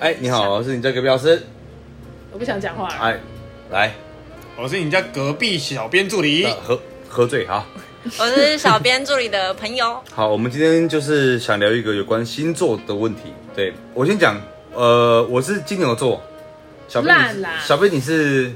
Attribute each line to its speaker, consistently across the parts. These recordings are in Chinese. Speaker 1: 哎，你好，我是你这个表师。
Speaker 2: 我不想讲话了。
Speaker 1: 哎，来，
Speaker 3: 我是你家隔壁小编助理
Speaker 1: 那，喝喝醉啊！。
Speaker 4: 我是小编助理的朋友
Speaker 1: 好，我们今天就是想聊一个有关星座的问题。对我先讲，呃，我是金牛座，小编你
Speaker 2: 烂啦
Speaker 1: 小编你是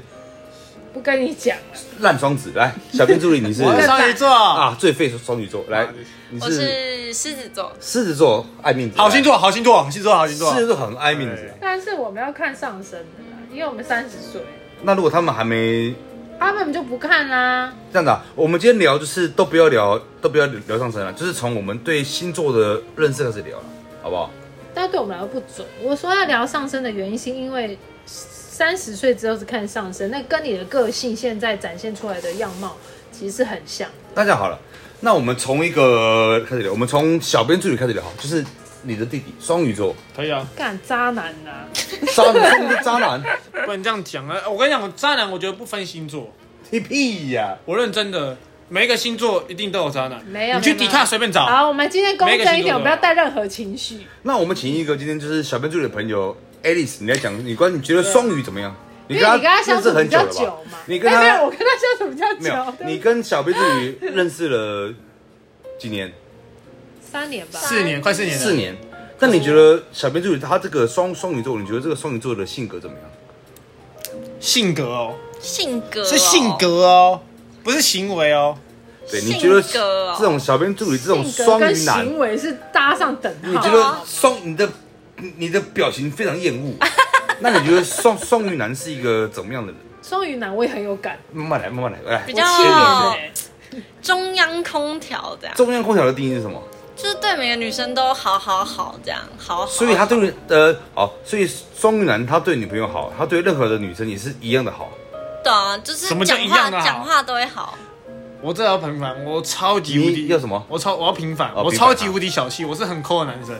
Speaker 2: 不跟你讲了，
Speaker 1: 烂双子，来，小编助理你是
Speaker 3: 我是双鱼座，
Speaker 1: 啊最废双鱼座，来
Speaker 3: 啊，
Speaker 1: 你
Speaker 4: 我是狮子座，
Speaker 1: 狮子座爱面子，
Speaker 3: 好星座，好星座，好星座，好星
Speaker 1: 来，狮子
Speaker 3: 座。
Speaker 1: 座很爱面子。
Speaker 2: 但是我们要看上升的啦，因为我们三十岁，
Speaker 1: 那如果他们还没
Speaker 2: 他们就不看啦。
Speaker 1: 这样子啊，我们今天聊就是都不要聊，都不要聊上升了，就是从我们对星座的认识开始聊了，好不好？
Speaker 2: 但对我们来说不准。我说要聊上升的原因，是因为三十岁之后是看上升，那跟你的个性现在展现出来的样貌其实是很像的。
Speaker 1: 那这样好了，那我们从一个开始聊，我们从小编助理开始聊，就是你的弟弟双鱼座，
Speaker 3: 可以啊，
Speaker 2: 干渣男呐、啊，
Speaker 1: 渣男，双鱼座渣男，
Speaker 3: 不能这样讲啊！我跟你讲，我渣男我觉得不分星座，
Speaker 1: 你屁呀、
Speaker 3: 我认真的，每一个星座一定都有渣男。
Speaker 2: 没有
Speaker 3: 你去
Speaker 2: 没有啊
Speaker 3: 迪卡随便找。
Speaker 2: 好，我们今天公正一
Speaker 3: 每个星座都
Speaker 2: 点，
Speaker 3: 有
Speaker 2: 我不要带任何情绪。
Speaker 1: 那我们请一个今天就是小编助理的朋友 Alice，你来讲，你关你觉得双鱼怎么样？你
Speaker 2: 因为你跟他相
Speaker 1: 认
Speaker 2: 处
Speaker 1: 识
Speaker 2: 比
Speaker 1: 很
Speaker 2: 较
Speaker 1: 了
Speaker 2: 久
Speaker 1: 吧？
Speaker 2: 嘛，
Speaker 1: 你跟
Speaker 2: 哎
Speaker 1: 他
Speaker 2: 没有，我跟他相处比较
Speaker 1: 没
Speaker 2: 久
Speaker 1: 有，，
Speaker 2: 对
Speaker 1: 你跟小编助理认识了几年？
Speaker 2: 三年吧，
Speaker 3: 四年，快四年了。
Speaker 1: 四。年。那你觉得小编助理他这个双双鱼座，你觉得这个双鱼座的性格怎么样？
Speaker 3: 性格哦，
Speaker 4: 性格、
Speaker 3: 是性，格哦，不是行为哦。
Speaker 1: 对，
Speaker 4: 性
Speaker 1: 你
Speaker 4: 格
Speaker 1: 觉得
Speaker 4: 哦
Speaker 1: 这种小编助理这种
Speaker 2: 性格
Speaker 1: 双
Speaker 2: 跟
Speaker 1: 鱼男，
Speaker 2: 行为是搭上等
Speaker 1: 你
Speaker 2: 号啊
Speaker 1: 觉。得双你的你你的表情非常厌 恶，那你觉得双双鱼男是一个怎么样的人？
Speaker 2: 双鱼男我也很有感，
Speaker 1: 慢慢来，慢慢来，哎来
Speaker 4: 比。
Speaker 2: 我
Speaker 4: 较
Speaker 2: 气
Speaker 1: 哦
Speaker 2: 你是
Speaker 4: 中央空调这样，
Speaker 1: 中央空调的定义是什么？
Speaker 4: 就是对每个女生都好好好这样，好好。
Speaker 1: 所以他对人呃哦，所以双鱼男他对女朋友好，他对任何的女生也是一样的好。
Speaker 4: 对啊，就是
Speaker 3: 什么叫
Speaker 4: 讲
Speaker 3: 一
Speaker 4: 话
Speaker 3: 样的好
Speaker 4: 讲话都会好，
Speaker 3: 我这要平凡，我超级
Speaker 1: 你
Speaker 3: 无敌。
Speaker 1: 要什么
Speaker 3: 我超我要平凡，
Speaker 1: 哦
Speaker 3: 我
Speaker 1: 平凡
Speaker 3: 超级无敌小气，我是很抠的男生，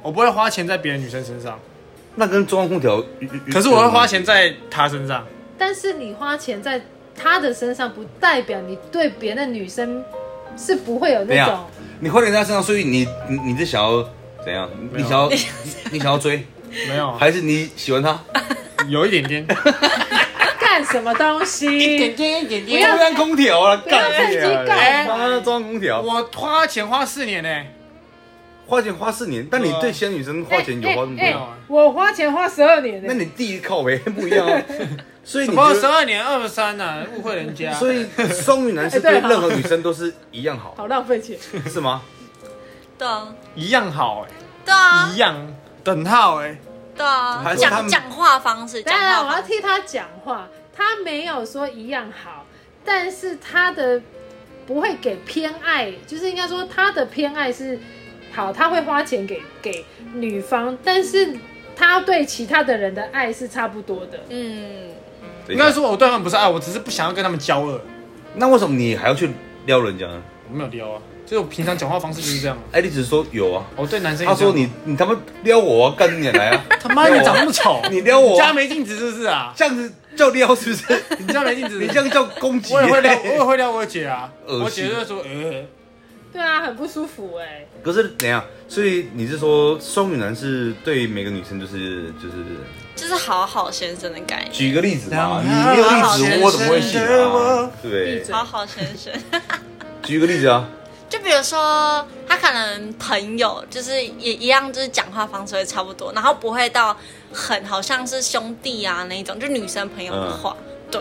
Speaker 3: 我不会花钱在别的女生身上，
Speaker 1: 那跟中央空调，
Speaker 3: 可是我会花钱在她身上。
Speaker 2: 但是你花钱在他的身上，不代表你对别的女生是不会有
Speaker 1: 怎
Speaker 2: 那
Speaker 1: 样
Speaker 2: 种。？
Speaker 1: 你花钱在他身上，所以你你你是想要怎样？你
Speaker 3: 没
Speaker 1: 你
Speaker 3: 有
Speaker 1: 想要你想要追，
Speaker 3: 没有，啊
Speaker 1: 还是你喜欢他？
Speaker 3: 有一点点。
Speaker 2: 干什么东
Speaker 4: 啊
Speaker 2: 西？
Speaker 3: 点，一点
Speaker 2: 不要
Speaker 1: 中央空调啊，
Speaker 2: 不要
Speaker 1: 干
Speaker 2: 趁机
Speaker 1: 啊
Speaker 2: 干嘛
Speaker 1: 妈的中央空调，
Speaker 3: 我花钱花四年呢、
Speaker 1: 花钱花四年，但你
Speaker 3: 对啊
Speaker 1: 对其他女生花钱有花那么
Speaker 2: 哎哎
Speaker 1: 多
Speaker 3: 吗
Speaker 1: 吗？
Speaker 2: 哎我花钱花十二年
Speaker 1: 那
Speaker 2: 呢，
Speaker 1: 你第一靠呗不一样 啊。所以
Speaker 3: 什
Speaker 1: 你
Speaker 3: 么
Speaker 1: 觉
Speaker 3: 十
Speaker 1: 得，
Speaker 3: 二年二十三呐，误会人家。
Speaker 1: 所以双鱼男 是对
Speaker 2: 哎对啊
Speaker 1: 任何女生都是一样 好，
Speaker 2: 好浪费钱。
Speaker 1: 是吗？
Speaker 4: 对啊，
Speaker 3: 一样好哎、
Speaker 4: 对啊
Speaker 3: 一，样等号哎、
Speaker 4: 对啊
Speaker 1: 还，是他
Speaker 4: 讲
Speaker 1: 们
Speaker 4: 讲话方式，
Speaker 2: 当
Speaker 4: 讲
Speaker 2: 然，啊
Speaker 4: 话
Speaker 2: 我要
Speaker 4: 方式
Speaker 2: 替他讲话，他没有说一样好，但是他的不会给偏爱，就是应该说他的偏爱是好，他会花钱给给女方，但是他对其他的人的爱是差不多的。
Speaker 4: 嗯，
Speaker 1: 等
Speaker 3: 应
Speaker 1: 一下
Speaker 3: 该说我对他们不是爱，我只是不想要跟他们交恶。
Speaker 1: 那为什么你还要去撩人家呢？
Speaker 3: 我没有撩啊，就是我平常讲话方式就是这样。
Speaker 1: 哎，你只是说有啊，
Speaker 3: 我对男生也
Speaker 1: 他
Speaker 3: 这样
Speaker 1: 说你你他妈撩我啊，干你来啊，
Speaker 3: 他妈你长那么丑，
Speaker 1: 你撩我啊
Speaker 3: 家没镜子是不是啊？
Speaker 1: 这样子叫撩是不 是？
Speaker 3: 你家没镜子，
Speaker 1: 你这样叫攻击
Speaker 3: 我
Speaker 1: 欸？
Speaker 3: 也会撩，我也会撩我姐啊。
Speaker 1: 恶心
Speaker 3: 我姐就会说呃，
Speaker 2: 对啊，很不舒服哎、
Speaker 1: 可是怎样？所以你是说双鱼男是对每个女生就是就是，
Speaker 4: 就是好好先生的概念，
Speaker 1: 举个例子嘛，
Speaker 3: 当
Speaker 1: 你
Speaker 3: 然
Speaker 1: 没有
Speaker 4: 好
Speaker 1: 例
Speaker 4: 先
Speaker 1: 子我怎么会信
Speaker 3: 生的
Speaker 1: 啊
Speaker 3: 我？
Speaker 1: 对不
Speaker 2: 闭
Speaker 1: 对，
Speaker 2: 嘴
Speaker 4: 好好先生。
Speaker 1: 举个例子啊，
Speaker 4: 就比如说，他可能朋友就是也一样，就是讲话方式会差不多，然后不会到很好像是兄弟啊那一种，就女生朋友的话，
Speaker 1: 嗯
Speaker 4: 对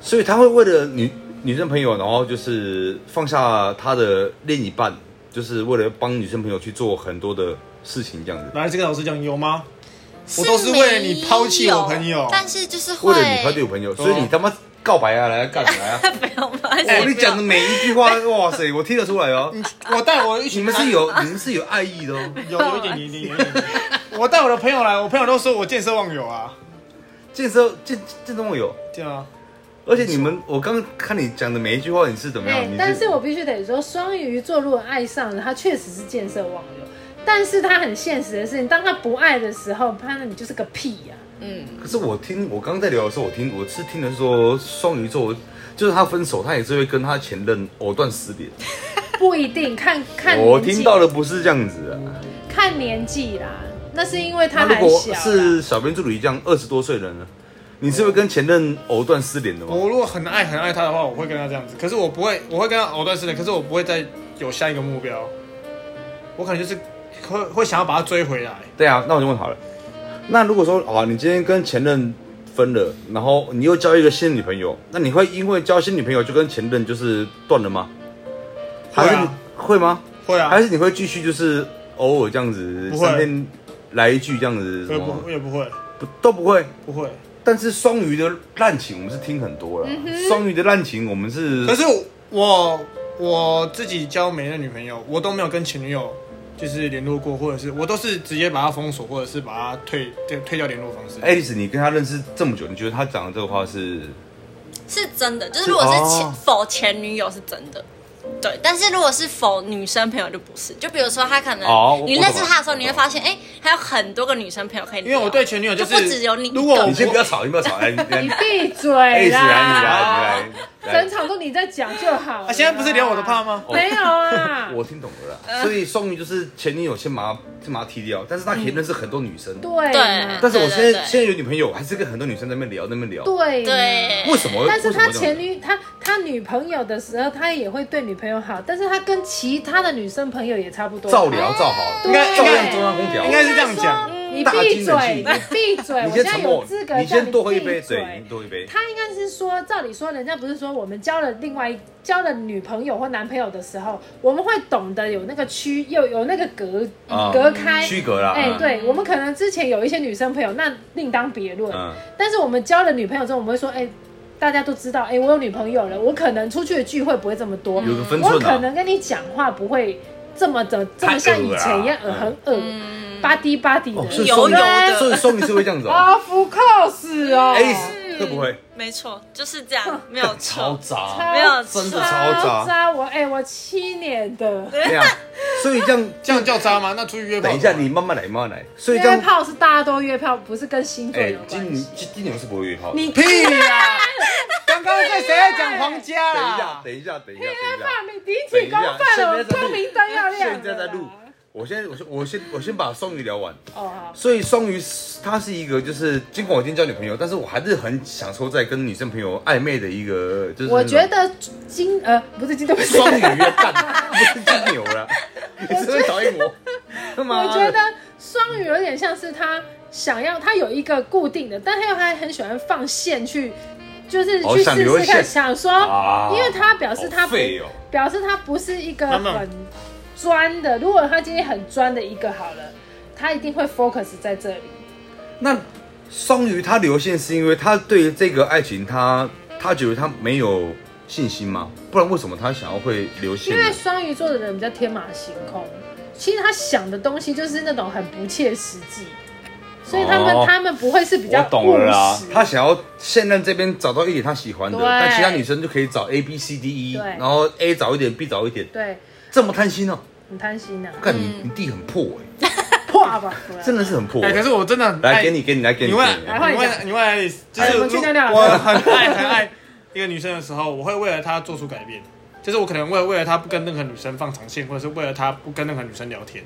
Speaker 1: 所以他会为了女女生朋友，然后就是放下他的另一半，就是为了帮女生朋友去做很多的事情，这样子，
Speaker 3: 来这个老师讲有吗？我都是为了你抛弃我朋友
Speaker 4: 是没有但是就是会
Speaker 1: 为了你他对我朋友，所以你他妈告白啊，来干什么呀？
Speaker 4: 没有吗？
Speaker 1: 哇， 你讲的每一句话，哇塞，我听得出来哦，
Speaker 3: 我带我一
Speaker 1: 你
Speaker 3: 群
Speaker 1: 们
Speaker 3: 男
Speaker 1: 是有你们是有爱意的哦。
Speaker 3: 有有一点点点有一点点。 我带我的朋友来，我朋友都说我见色忘友啊，
Speaker 1: 健身健健身网友，
Speaker 3: 对啊，
Speaker 1: 而且你们，我刚刚看你讲的每一句话，你是怎么
Speaker 2: 哎、
Speaker 1: 样？你
Speaker 2: 但是我必须得说，双鱼座如果爱上了，他确实是见色忘友，但是他很现实的事情，当他不爱的时候，他那你就是个屁啊呀、
Speaker 4: 嗯，
Speaker 1: 可是我听我刚刚在聊的时候，我听我是听的说双鱼座，就是他分手，他也是会跟他前任藕断丝连。
Speaker 2: 不一定看看
Speaker 1: 我
Speaker 2: 年纪
Speaker 1: 听到的不是这样子啊，
Speaker 2: 看年纪啦，那是因为他
Speaker 1: 那
Speaker 2: 还
Speaker 1: 如果
Speaker 2: 小啦，
Speaker 1: 是小编助理这样二十多岁的人呢，你是会跟前任藕断丝连的吗？
Speaker 3: 我如果很爱很爱他的话，我会跟他这样子。可是我不会，我会跟他藕断丝连，可是我不会再有下一个目标。我可能就是会会想要把他追回来。
Speaker 1: 对啊，那我就问好了，那如果说啊，你今天跟前任分了，然后你又交一个新女朋友，那你会因为交新女朋友就跟前任就是断了吗？还是
Speaker 3: 会
Speaker 1: 你
Speaker 3: 啊
Speaker 1: 会吗？
Speaker 3: 会啊，
Speaker 1: 还是你会继续就是偶尔这样子
Speaker 3: 不会
Speaker 1: 三天来一句这样子什
Speaker 3: 我也
Speaker 1: 么
Speaker 3: 呃不也不会，
Speaker 1: 不都不会？
Speaker 3: 不会。
Speaker 1: 但是双鱼的滥情我们是听很多了，
Speaker 2: 嗯
Speaker 1: 双、鱼的滥情我们是
Speaker 3: 可是我我自己交每任女朋友，我都没有跟前女友就是联络过，或者是我都是直接把她封锁，或者是把她退退退掉联络方式。
Speaker 1: 爱丽丝，哎你跟他认识这么久，你觉得他讲的这个话是
Speaker 4: 是真的，就是
Speaker 1: 是
Speaker 4: 如果是前、
Speaker 1: 哦
Speaker 4: 否前女友是真的，对。但是如果是否女生朋友就不是，就比如说他可能、
Speaker 1: 哦我
Speaker 4: 你
Speaker 1: 我
Speaker 4: 认
Speaker 1: 懂
Speaker 4: 识
Speaker 1: 了
Speaker 4: 他的时候，
Speaker 1: 我
Speaker 4: 你会
Speaker 1: 懂
Speaker 4: 发现，哎、还有很多个女生朋友可以聊。
Speaker 3: 因为我对前女友
Speaker 4: 就是不只有你一个
Speaker 3: 如果我
Speaker 1: 你先不要吵，你不要吵， 来，你
Speaker 2: 你
Speaker 1: 来，
Speaker 2: 闭
Speaker 1: 哎，
Speaker 2: 嘴
Speaker 1: 你啊
Speaker 2: 啦！
Speaker 1: 来，你来，你来，
Speaker 2: 整场都你在讲就好。
Speaker 3: 啊，现在不是连我都怕？吗？
Speaker 1: 哦
Speaker 2: 没有啊，
Speaker 1: 我听懂了啦。所以双鱼就是前女友先把他先把他踢掉，但是他可以认识很多女生。
Speaker 2: 对
Speaker 4: 对
Speaker 2: 嘛
Speaker 1: 但是我现
Speaker 4: 对对
Speaker 1: 在
Speaker 4: 对
Speaker 1: 现在有女朋友，还是跟很多女生在那边聊，在那边聊。
Speaker 2: 对嘛
Speaker 4: 对，
Speaker 1: 为什么？
Speaker 2: 但
Speaker 1: 呃
Speaker 2: 是
Speaker 1: 为什么
Speaker 2: 他
Speaker 1: 会这样
Speaker 2: 前女他他女朋友的时候，他也会对女朋友好，但是他跟其他的女生朋友也差不多。
Speaker 1: 照聊照好，
Speaker 2: 对
Speaker 3: 应该
Speaker 1: 照
Speaker 3: 应
Speaker 1: 样中
Speaker 3: 该
Speaker 1: 央空调
Speaker 3: 应。该是这样讲。
Speaker 2: 嗯你
Speaker 1: 大
Speaker 2: 闭
Speaker 1: 金人
Speaker 2: 嘴，
Speaker 1: 气
Speaker 2: 你闭嘴！我
Speaker 1: 你先
Speaker 2: 现在
Speaker 1: 沉
Speaker 2: 有
Speaker 1: 默
Speaker 2: 资，格
Speaker 1: 你
Speaker 2: 叫
Speaker 1: 先多喝一
Speaker 2: 闭
Speaker 1: 杯，
Speaker 2: 嘴
Speaker 1: 对，你多喝一杯。
Speaker 2: 他应该是说，照理说，人家不是说我们交了另外一交了女朋友或男朋友的时候，我们会懂得有那个区，又有那个隔、
Speaker 1: 啊
Speaker 2: 隔开。
Speaker 1: 区隔啦。
Speaker 2: 哎、
Speaker 1: 嗯，
Speaker 2: 对，我们可能之前有一些女生朋友，那另当别论。
Speaker 1: 嗯，
Speaker 2: 但是我们交了女朋友之后，我们会说，哎、大家都知道，哎、我有女朋友了，我可能出去的聚会不会这么多，
Speaker 1: 有个分
Speaker 2: 我
Speaker 1: 寸
Speaker 2: 可
Speaker 1: 啊。
Speaker 2: 能跟你讲话不会这么的这么
Speaker 1: 太
Speaker 2: 像以
Speaker 1: 恶了
Speaker 2: 前一样，呃，
Speaker 1: 嗯
Speaker 2: 很恶，吧唧吧唧
Speaker 1: 哦，
Speaker 2: 的，
Speaker 1: 所以
Speaker 4: 油
Speaker 1: 双鱼
Speaker 4: 油的
Speaker 1: 所以双鱼是会这样子哦。
Speaker 2: 啊，of course 哦，
Speaker 1: Alice 会不会？
Speaker 4: 没错，就是这样，没有
Speaker 1: 超杂。
Speaker 4: 错，
Speaker 2: 超
Speaker 4: 没有
Speaker 1: 真的
Speaker 4: 错
Speaker 1: 超渣
Speaker 2: 渣！我哎、我七年的，
Speaker 1: 对啊，所以这样
Speaker 3: 这样叫渣吗？那出去约 炮？
Speaker 1: 等一下，你慢慢来，慢慢来。所以这
Speaker 2: 约
Speaker 1: 样，
Speaker 2: 炮是大家都约炮，不是跟星座
Speaker 1: 哎
Speaker 2: 有，
Speaker 1: 金
Speaker 2: 关
Speaker 1: 牛
Speaker 2: 系。
Speaker 1: 金金牛是不会约炮的。
Speaker 2: 你
Speaker 3: 屁啦！刚刚在谁在讲皇家
Speaker 1: 等一下，
Speaker 3: 啦？
Speaker 1: 等一下，等一下，等
Speaker 2: 约
Speaker 1: 一下。
Speaker 2: 哎炮，你敌起公犯了，我
Speaker 1: 现在在录
Speaker 2: 光明灯要亮了啦。
Speaker 1: 现在在录。我先，我先，我先，我先把双鱼聊完。
Speaker 2: 哦，好，
Speaker 1: 所以双鱼是他是一个，就是尽管我已经交女朋友，但是我还是很享受在跟女生朋友暧昧的一个，就是
Speaker 2: 我觉
Speaker 1: 那种
Speaker 2: 得金呃不是金，对不 起，
Speaker 1: 双鱼约干不是金牛 了，你是不是讨厌我？干嘛
Speaker 2: 我觉得双鱼有点像是他想要，他有一个固定的，但他又还很喜欢放线去，就是
Speaker 1: 哦
Speaker 2: 去
Speaker 1: 想
Speaker 2: 试
Speaker 1: 留
Speaker 2: 试看，
Speaker 1: 线
Speaker 2: 想说，
Speaker 1: 啊
Speaker 2: 因为他表示他
Speaker 1: 好
Speaker 2: 不
Speaker 1: 废哦，
Speaker 2: 表示他不是一个
Speaker 3: 慢慢
Speaker 2: 很专的。如果他今天很专的一个好了，他一定会 focus 在这里。
Speaker 1: 那双鱼他流线是因为他对这个爱情他他觉得他没有信心吗？不然为什么他想要会流线
Speaker 2: 因
Speaker 1: 呢？
Speaker 2: 为双鱼座的人比较天马行空，其实他想的东西就是那种很不切实际，所以他们、
Speaker 1: 哦
Speaker 2: 他们不会是比较
Speaker 1: 我懂了
Speaker 2: 务
Speaker 1: 啦
Speaker 2: 实，
Speaker 1: 他想要现任这边找到一点他喜欢的，
Speaker 2: 对
Speaker 1: 但其他女生就可以找 A B C D E，
Speaker 2: 对
Speaker 1: 然后 A 找一点，B 找一点，
Speaker 2: 对，
Speaker 1: 这么贪心哦、
Speaker 2: 很贪心呐、啊
Speaker 1: 看你
Speaker 2: 嗯
Speaker 1: 你弟很破哎、
Speaker 2: 破吧，果然
Speaker 1: 真的是很破、欸
Speaker 3: 哎，可是我真的很
Speaker 1: 来
Speaker 3: 爱
Speaker 1: 给你给你来给
Speaker 3: 你
Speaker 1: 你，
Speaker 3: 问啊
Speaker 1: 给你
Speaker 2: 来换一
Speaker 3: 你
Speaker 2: 下
Speaker 3: 问你问爱丽丝，就
Speaker 2: 哎
Speaker 3: 是
Speaker 2: 我们去尿尿了
Speaker 3: 我很爱很爱一个女生的时候，我会为了她做出改变，就是我可能为为了她不跟任何女生放长线，或者是为了她不跟任何女生聊天。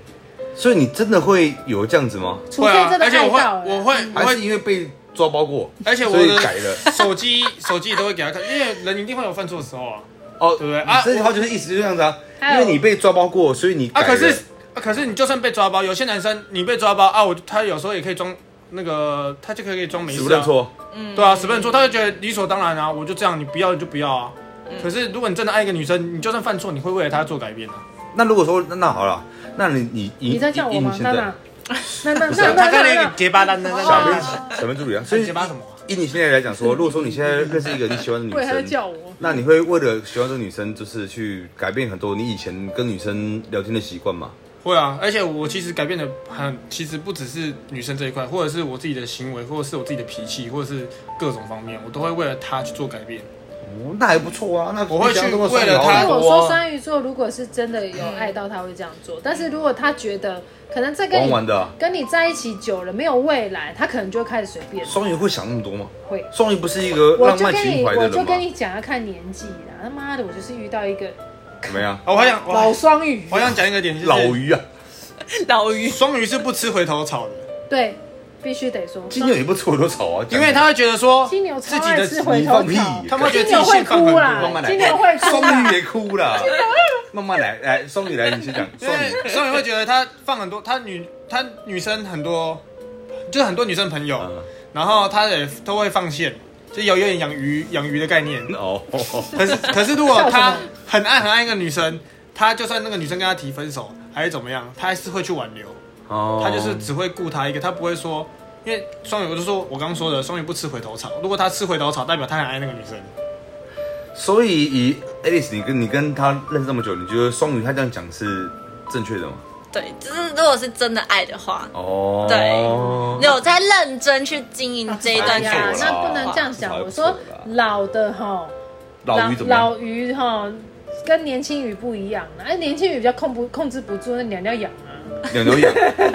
Speaker 1: 所以你真的会有这样子吗？
Speaker 2: 除
Speaker 3: 会
Speaker 2: 非
Speaker 3: 啊
Speaker 2: 真，的
Speaker 3: 而且
Speaker 2: 爱
Speaker 3: 我会
Speaker 2: 到了，
Speaker 3: 我会我
Speaker 1: 还是
Speaker 3: 会，
Speaker 1: 因为被抓包过，
Speaker 3: 而且我
Speaker 1: 所以
Speaker 3: 的
Speaker 1: 改了？
Speaker 3: 手机手机都会给她看，因为人一定会有犯错的时候啊。
Speaker 1: 哦，
Speaker 3: 对不对啊
Speaker 1: 这句话就是意思就是这样子啊，
Speaker 2: 还
Speaker 1: 因
Speaker 2: 有
Speaker 1: 为你被抓包过，所以你
Speaker 3: 啊，
Speaker 1: 改了
Speaker 3: 可是、啊可是你就算被抓包，有些男生你被抓包啊，我他有时候也可以装那个，他就可以装没
Speaker 1: 死
Speaker 3: 事、啊，
Speaker 1: 不认错，
Speaker 3: 对啊，死不认错，他就觉得理所当然啊，我就这样，你不要你就不要啊。
Speaker 2: 嗯
Speaker 3: 可是如果你真的爱一个女生，你就算犯错，你会为了她做改变啊。
Speaker 1: 那如果说那那好了，那你你
Speaker 2: 你在叫我吗
Speaker 1: 你？现
Speaker 2: 娜
Speaker 1: 在
Speaker 2: 娜， 那那
Speaker 1: 是啊
Speaker 2: 那那那
Speaker 3: 那
Speaker 2: 那
Speaker 3: 个结巴单呢，在
Speaker 1: 小
Speaker 3: 上
Speaker 1: 编
Speaker 3: 面
Speaker 1: 小编助理啊， 所以
Speaker 3: 结巴什么啊？
Speaker 1: 以你现在来讲说，如果说你现在认识一个你喜欢的女
Speaker 2: 对，他在
Speaker 1: 生，
Speaker 2: 叫 我。
Speaker 1: 那你会为了喜欢这个女生，就是去改变很多你以前跟女生聊天的习惯吗？
Speaker 3: 会啊，而且我其实改变的很，其实不只是女生这一块，或者是我自己的行为，或者是我自己的脾气，或者是各种方面，我都会为了她去做改变。
Speaker 1: 哦，那还不错啊。那
Speaker 3: 我会去
Speaker 1: 这样跟双
Speaker 3: 为了
Speaker 1: 聊啊
Speaker 2: 所
Speaker 3: 她
Speaker 2: 以
Speaker 3: 多
Speaker 2: 我说，双鱼座如果是真的有
Speaker 1: 嗯
Speaker 2: 爱到，他会这样做。但是如果他觉得可能在跟
Speaker 1: 玩
Speaker 2: 你
Speaker 1: 玩的啊
Speaker 2: 跟你在一起久了没有未来，他可能就会开始随便。
Speaker 1: 双鱼会想那么多吗？
Speaker 2: 会，
Speaker 1: 双鱼不是一个
Speaker 2: 我
Speaker 1: 浪
Speaker 2: 就
Speaker 1: 漫
Speaker 2: 跟
Speaker 1: 情
Speaker 2: 你
Speaker 1: 怀
Speaker 2: 我
Speaker 1: 的
Speaker 2: 就
Speaker 1: 人
Speaker 2: 跟
Speaker 1: 吗？
Speaker 2: 你讲，要看年纪啦。他妈的，我就是遇到一个
Speaker 1: 怎么样？
Speaker 3: 啊，我还想，我
Speaker 2: 老
Speaker 3: 还
Speaker 2: 双鱼
Speaker 3: 我，还想讲一个点，就是
Speaker 1: 老鱼啊，
Speaker 4: 老鱼
Speaker 3: 双鱼是不吃回头草的。
Speaker 2: 对，必须得说。
Speaker 1: 金牛也不吃回头草啊，
Speaker 3: 因为他会觉得说
Speaker 2: 金牛
Speaker 3: 自
Speaker 2: 超
Speaker 3: 己
Speaker 2: 爱
Speaker 3: 的
Speaker 2: 吃
Speaker 1: 你
Speaker 2: 回头
Speaker 1: 放屁
Speaker 2: 草，
Speaker 3: 他们觉得
Speaker 2: 金
Speaker 3: 自己
Speaker 2: 牛会
Speaker 3: 现饭很
Speaker 2: 哭
Speaker 3: 多
Speaker 2: 啦
Speaker 1: 慢慢，来，
Speaker 2: 金牛会 哭
Speaker 1: 双鱼
Speaker 2: 啦，
Speaker 1: 也哭啦，慢慢来，来，双鱼来，你先讲，
Speaker 3: 因
Speaker 1: 双
Speaker 3: 为
Speaker 1: 鱼，
Speaker 3: 所以会觉得他放很多，他女他女生很多，就是很多女生朋友，
Speaker 1: 嗯
Speaker 3: 然后他也都会放线，就有有点养鱼养鱼的概念。
Speaker 1: 哦，
Speaker 3: 可是可是如果
Speaker 2: 笑什
Speaker 3: 他
Speaker 2: 么
Speaker 3: 很爱很爱一个女生，他就算那个女生跟他提分手还是怎么样，他还是会去挽留，
Speaker 1: 哦
Speaker 3: 他就是只会顾他一个，他不会说。因为双鱼，我就说我刚刚说的，双鱼不吃回头草。如果他吃回头草，代表他很爱那个女生。
Speaker 1: 所以以 Alice，你跟你跟他认识这么久，你觉得双鱼他这样讲是正确的吗？
Speaker 4: 对，就是如果是真的爱的话，
Speaker 1: 哦，
Speaker 4: 对，有在认真去经营这一
Speaker 2: 哎
Speaker 4: 段
Speaker 1: 错
Speaker 2: 呀
Speaker 4: 感
Speaker 1: 啦，
Speaker 4: 情
Speaker 2: 那
Speaker 4: 的话，
Speaker 2: 不能这样想。
Speaker 1: 还
Speaker 2: 我
Speaker 1: 不错啦
Speaker 2: 说老的哈，
Speaker 1: 老鱼怎么样？
Speaker 2: 老鱼哈，跟年轻鱼不一样啊，哎年轻鱼比较控不控制不住，那鸟要养啊。
Speaker 1: 鸟牛养，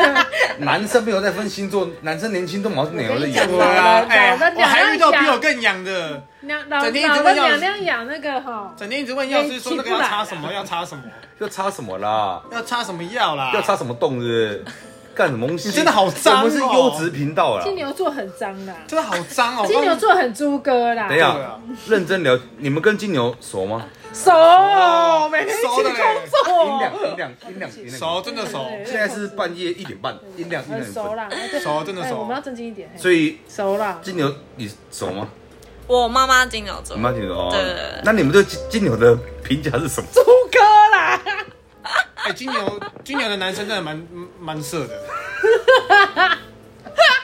Speaker 1: 男生没有在分星座，男生年轻都毛是鸟在养
Speaker 2: 我跟你。讲老了
Speaker 3: 哎
Speaker 2: 老了
Speaker 3: 我还遇到
Speaker 2: 两
Speaker 3: 比
Speaker 2: 样
Speaker 3: 我更养的，
Speaker 2: 鸟老
Speaker 3: 整天一直
Speaker 2: 老
Speaker 3: 问
Speaker 2: 的
Speaker 3: 要
Speaker 2: 鸟那样养那个哈，
Speaker 3: 整天一直问药师说那个要擦什么，
Speaker 2: 哎
Speaker 3: 要擦什么，
Speaker 1: 要擦什么啦？
Speaker 3: 要擦什么药啦？
Speaker 1: 要擦什么洞是不是？干什么东西？
Speaker 3: 你真的好脏哦
Speaker 1: 我们是优质频道啊啦。
Speaker 2: 金牛座很脏啦，
Speaker 3: 真的好脏哦！
Speaker 2: 金牛座很猪哥啦
Speaker 1: 等一，
Speaker 3: 对啊
Speaker 1: 下，认真聊，你们跟金牛熟吗？
Speaker 2: 熟
Speaker 3: 哦，
Speaker 2: 每天一起
Speaker 3: 熟的
Speaker 2: 工
Speaker 3: 嘞
Speaker 1: 音量，
Speaker 2: 作，
Speaker 1: 音量，音量，音量。
Speaker 3: 熟，。真的熟，
Speaker 2: 对
Speaker 1: 现在是半夜一点半，音量，音量
Speaker 2: 很
Speaker 1: 很
Speaker 2: 熟
Speaker 1: 分。
Speaker 2: 啦，哎对
Speaker 3: 熟真的
Speaker 2: 哎
Speaker 3: 熟
Speaker 2: 我们要正经一点，嘿
Speaker 1: 所以
Speaker 2: 熟啦，
Speaker 1: 金牛你熟吗？
Speaker 4: 我妈妈金牛座
Speaker 1: 你， 妈金牛哦
Speaker 4: 对对对。
Speaker 1: 那你们对金金牛的评价是什么？
Speaker 2: 猪哥啦，
Speaker 3: 哎，金牛金牛的男生真的蛮蛮色 的，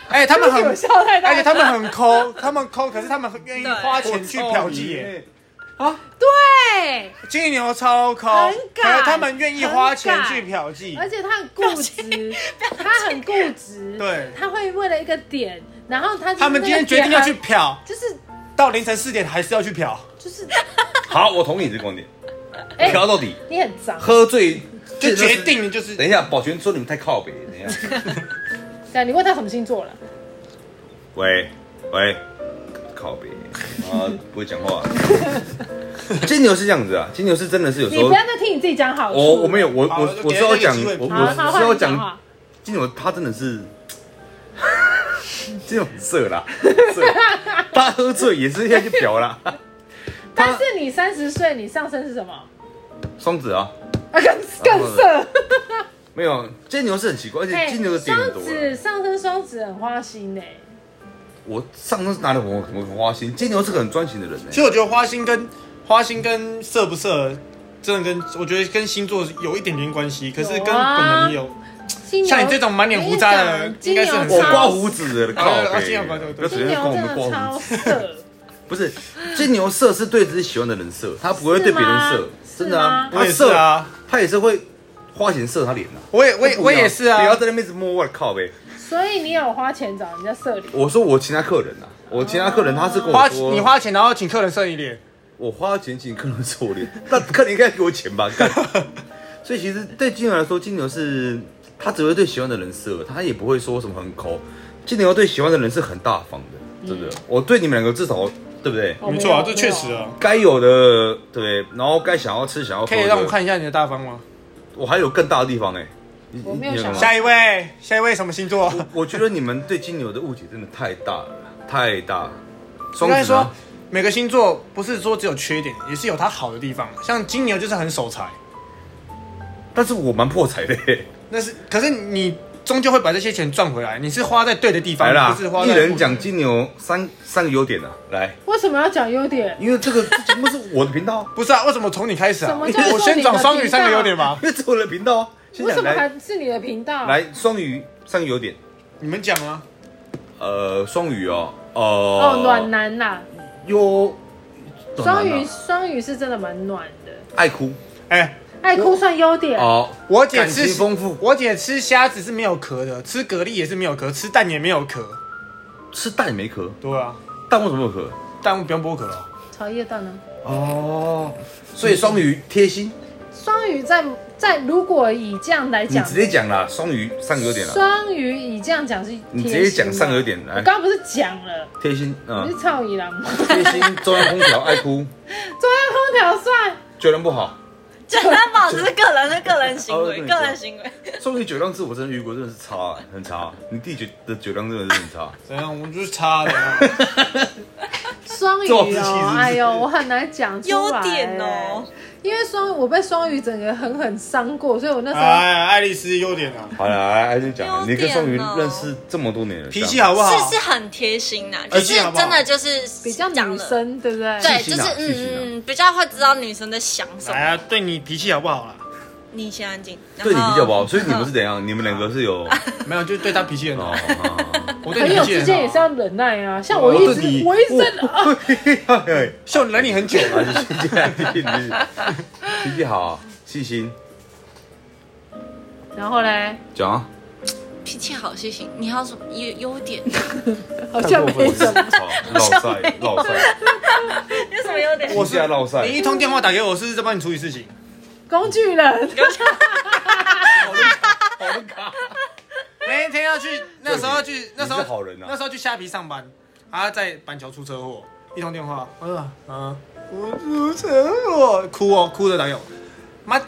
Speaker 3: 哎，他们很，
Speaker 2: 有笑太大
Speaker 3: 而
Speaker 2: 声，
Speaker 3: 且他们很抠，他们抠，可是他们很愿意
Speaker 4: 对
Speaker 3: 花钱去嫖妓耶。
Speaker 2: 对，
Speaker 3: 金牛超抠，
Speaker 2: 很敢
Speaker 3: 可是他们愿意花钱
Speaker 2: 很敢
Speaker 3: 去嫖妓，
Speaker 2: 而且他很固执，他很固执，
Speaker 3: 对
Speaker 2: 他会为了一个点，然后他就是
Speaker 3: 他们今天决定要去
Speaker 2: 那个点
Speaker 3: 嫖，
Speaker 2: 很，就是
Speaker 3: 到凌晨四点还是要去嫖，
Speaker 2: 就是，
Speaker 1: 好，我同意你这个观点，
Speaker 2: 哎，
Speaker 1: 嫖到底，
Speaker 2: 你很脏，
Speaker 1: 喝醉
Speaker 3: 就
Speaker 1: 这
Speaker 3: 决定就是
Speaker 1: 等一下，保全说你们太靠北，等一下。
Speaker 2: 对，你问他什么星座了？
Speaker 1: 喂喂，靠北啊，不会讲话。 金牛是这样子啊，金牛是真的是有时
Speaker 2: 你
Speaker 1: 候
Speaker 2: 不要，再听你自己讲好处，
Speaker 1: 我我没有，我
Speaker 3: 好
Speaker 1: 我
Speaker 3: 就
Speaker 1: 我
Speaker 3: 给
Speaker 1: 是
Speaker 3: 他
Speaker 1: 要
Speaker 3: 一个
Speaker 1: 讲
Speaker 3: 机会，
Speaker 1: 我
Speaker 2: 好，
Speaker 1: 我
Speaker 2: 好，
Speaker 1: 是
Speaker 2: 换
Speaker 1: 要
Speaker 2: 你讲
Speaker 1: 讲
Speaker 2: 话，
Speaker 1: 金牛，他真的是。 金牛很色啦，色他喝醉也是要去嫖啦。
Speaker 2: 但是你三十岁，你上身是什么？
Speaker 1: 双子啊，
Speaker 2: 啊，更更色。
Speaker 1: 没有金牛是很奇怪，而且
Speaker 2: 哎
Speaker 1: 金牛的点很
Speaker 2: 双
Speaker 1: 多啊啦。
Speaker 2: 子上升双子很花心呢、
Speaker 1: 我上次拿的我我很花心，金牛是个很专情的人呢、
Speaker 3: 其实我觉得花心跟花心跟色不色，真的跟我觉得跟星座有一点点关系，可是跟
Speaker 2: 有啊
Speaker 3: 本能也有。
Speaker 2: 金牛
Speaker 3: 像你这种满脸胡渣的
Speaker 2: 我跟你讲
Speaker 3: 应该是很
Speaker 2: 金
Speaker 1: 我
Speaker 2: 牛超
Speaker 1: 刮胡子的，靠
Speaker 3: 啊啊
Speaker 1: 北
Speaker 3: 金牛刮对对
Speaker 1: 不要随
Speaker 2: 金
Speaker 1: 便
Speaker 2: 牛
Speaker 1: 跟我
Speaker 2: 真
Speaker 1: 们
Speaker 2: 的
Speaker 1: 刮
Speaker 2: 超
Speaker 1: 胡子。
Speaker 2: 色，
Speaker 1: 不是，金牛色是对自己喜欢的人色，他不会对别人色，
Speaker 2: 是吗
Speaker 1: 真的啊，
Speaker 2: 是
Speaker 1: 他
Speaker 3: 我也是
Speaker 1: 色
Speaker 3: 啊，
Speaker 1: 他也是会花钱射他脸的、啊。
Speaker 3: 我也我也
Speaker 1: 不一样
Speaker 3: 我也是
Speaker 1: 不要
Speaker 3: 啊。
Speaker 1: 在那边一直摸我的靠呗。
Speaker 2: 所以你有花钱找人家色脸，
Speaker 1: 我说我其他客人啊，我其他客人他是跟
Speaker 3: 花
Speaker 1: 我说，
Speaker 3: 你花钱然后请客人射你脸，
Speaker 1: 我花钱请客人射我脸， 那客人应该给我钱 吧？干。所以其实对金牛来说，金牛是他只会对喜欢的人色，他也不会说什么很抠。金牛对喜欢的人是很大方
Speaker 3: 嗯
Speaker 1: 的，真的。我对你们两个至少对不对？
Speaker 2: 哦
Speaker 3: 没错啊，
Speaker 2: 没
Speaker 3: 这
Speaker 2: 有
Speaker 3: 确实啊。
Speaker 1: 该有的对，然后该想要吃想要喝
Speaker 3: 可
Speaker 1: 的
Speaker 3: 以让我看一下你的大方吗？
Speaker 1: 我还有更大的地方哎、你
Speaker 2: 我没有
Speaker 1: 你
Speaker 2: 想
Speaker 1: 吗
Speaker 3: 下一位，下一位什么星座？
Speaker 1: 我觉得你们对金牛的误解真的太大了，太大了。
Speaker 3: 应
Speaker 1: 双
Speaker 3: 该
Speaker 1: 子
Speaker 3: 说
Speaker 1: 呢？
Speaker 3: 每个星座不是说只有缺点，也是有它好的地方。像金牛就是很守财，
Speaker 1: 但是我蛮破财的、欸，
Speaker 3: 那是可是你终究会把这些钱赚回来，你是花在对的地
Speaker 1: 来
Speaker 3: 方，
Speaker 1: 啦
Speaker 3: 不是花，
Speaker 1: 一
Speaker 3: 在
Speaker 1: 人讲金牛三三个优点啊，来，
Speaker 2: 为什么要讲优点？
Speaker 1: 因为这个这节目是我的频道啊，
Speaker 3: 不是啊，为什么从你开始
Speaker 2: 什
Speaker 3: 啊？
Speaker 2: 么叫做
Speaker 3: 我先讲双鱼三
Speaker 2: 啊
Speaker 3: 个优点吧。
Speaker 1: 因为这是我的频道啊。先
Speaker 2: 为
Speaker 1: 讲
Speaker 2: 什么
Speaker 1: 来
Speaker 2: 还是你的频道？，
Speaker 1: 来双鱼三个优点，
Speaker 3: 你们讲啊，
Speaker 1: 呃，双鱼哦，呃，
Speaker 2: 哦，暖男啦，
Speaker 1: 优，暖
Speaker 2: 双
Speaker 1: 男啊
Speaker 2: 鱼双鱼是真的蛮暖的，
Speaker 1: 爱哭
Speaker 3: 哎、
Speaker 2: 爱哭算优点，
Speaker 1: 哦，
Speaker 3: 我姐
Speaker 1: 感
Speaker 3: 吃
Speaker 1: 情丰富，
Speaker 3: 我姐吃虾子是没有壳的，吃蛤蜊也是没有壳，吃蛋也没有壳。
Speaker 1: 吃蛋也没壳，
Speaker 3: 对啊，
Speaker 1: 蛋为什么有壳？
Speaker 3: 蛋不用剥壳哦。
Speaker 2: 茶叶蛋呢？
Speaker 1: 哦，所以双鱼贴心，
Speaker 2: 双鱼在在如果以这样来
Speaker 1: 你
Speaker 2: 讲，
Speaker 1: 直接讲啦，双鱼上个优点啦，
Speaker 2: 双鱼以这样讲是贴心嘛，
Speaker 1: 你直接讲上个优点来
Speaker 2: 我刚刚不是讲了，
Speaker 1: 贴心，
Speaker 2: 你
Speaker 1: 嗯，
Speaker 2: 是操你郎吗？
Speaker 1: 贴心，中央空调爱哭，
Speaker 2: 中央空调算
Speaker 1: 酒量不好，
Speaker 4: 简单保持个人的个人行
Speaker 1: 哦对
Speaker 4: 为，
Speaker 1: 没
Speaker 4: 个
Speaker 1: 错
Speaker 4: 人行为。
Speaker 1: 说不定酒量是我真的遇过，真的是差、啊很差。你弟酒的酒量真的是很差，
Speaker 3: 怎样？我们就是差的 啊，
Speaker 2: 双鱼
Speaker 1: 这种事情是
Speaker 2: 哦
Speaker 1: 不，是
Speaker 2: 哎呦，我很难讲出来
Speaker 4: 优点哦，
Speaker 2: 因为双我被双鱼整个狠狠伤过，所以我那时候
Speaker 3: 哎，爱丽丝优点啊，
Speaker 1: 好了，还是
Speaker 4: 优点
Speaker 1: 讲，
Speaker 4: 哦
Speaker 1: 你跟宋云认识这么多年了，
Speaker 3: 脾气好不好？
Speaker 4: 是是很贴心呐、
Speaker 3: 而
Speaker 4: 就
Speaker 3: 且
Speaker 4: 是
Speaker 3: 好不好
Speaker 4: 真的就是
Speaker 2: 比较
Speaker 4: 讲
Speaker 2: 女
Speaker 4: 了，
Speaker 2: 生，对不对？
Speaker 4: 对，
Speaker 1: 细
Speaker 4: 就
Speaker 1: 心
Speaker 4: 是
Speaker 1: 啊
Speaker 4: 嗯
Speaker 1: 细心啊
Speaker 4: 嗯，嗯比较会知道女生在想什
Speaker 3: 哎
Speaker 4: 么。
Speaker 3: 呀，对你脾气好不好啦？
Speaker 4: 你先安静，然
Speaker 1: 对你
Speaker 4: 后嗯
Speaker 1: 比较不好，所以你们是怎样？你们两个是有
Speaker 3: 没有，就是对他脾气很
Speaker 1: 哦
Speaker 3: 好。
Speaker 1: 哦，
Speaker 3: 我对
Speaker 2: 朋
Speaker 3: 你
Speaker 2: 友
Speaker 3: 脾气
Speaker 2: 之间也
Speaker 3: 很
Speaker 2: 是
Speaker 3: 好。
Speaker 2: 要忍耐啊，像
Speaker 1: 哦
Speaker 2: 我一
Speaker 1: 对
Speaker 2: 直
Speaker 1: 你
Speaker 2: 我一直在忍啊，
Speaker 1: 哦嘿
Speaker 3: 秀忍你很久
Speaker 1: 啊
Speaker 3: 了，
Speaker 1: 你脾气好你脾气好脾气好，细心
Speaker 2: 然后嘞，
Speaker 1: 讲啊，
Speaker 4: 脾气好，谢谢。你还有什么优优点？
Speaker 2: 好像
Speaker 1: 太过
Speaker 2: 没
Speaker 1: 分
Speaker 2: 什
Speaker 1: 了
Speaker 2: 么。
Speaker 1: 操绕赛绕赛，
Speaker 4: 有什么优点？
Speaker 1: 我是在绕赛
Speaker 3: 你，一通电话打给我，是在帮你处理事情。
Speaker 2: 工具 人，
Speaker 3: 那天要去，那时候要去，那时候
Speaker 1: 你是好人啊
Speaker 3: 那时候去虾皮上班，他在板桥出车祸，一通电话，我说啊，我出车祸，哭哦，哭着打给我，妈，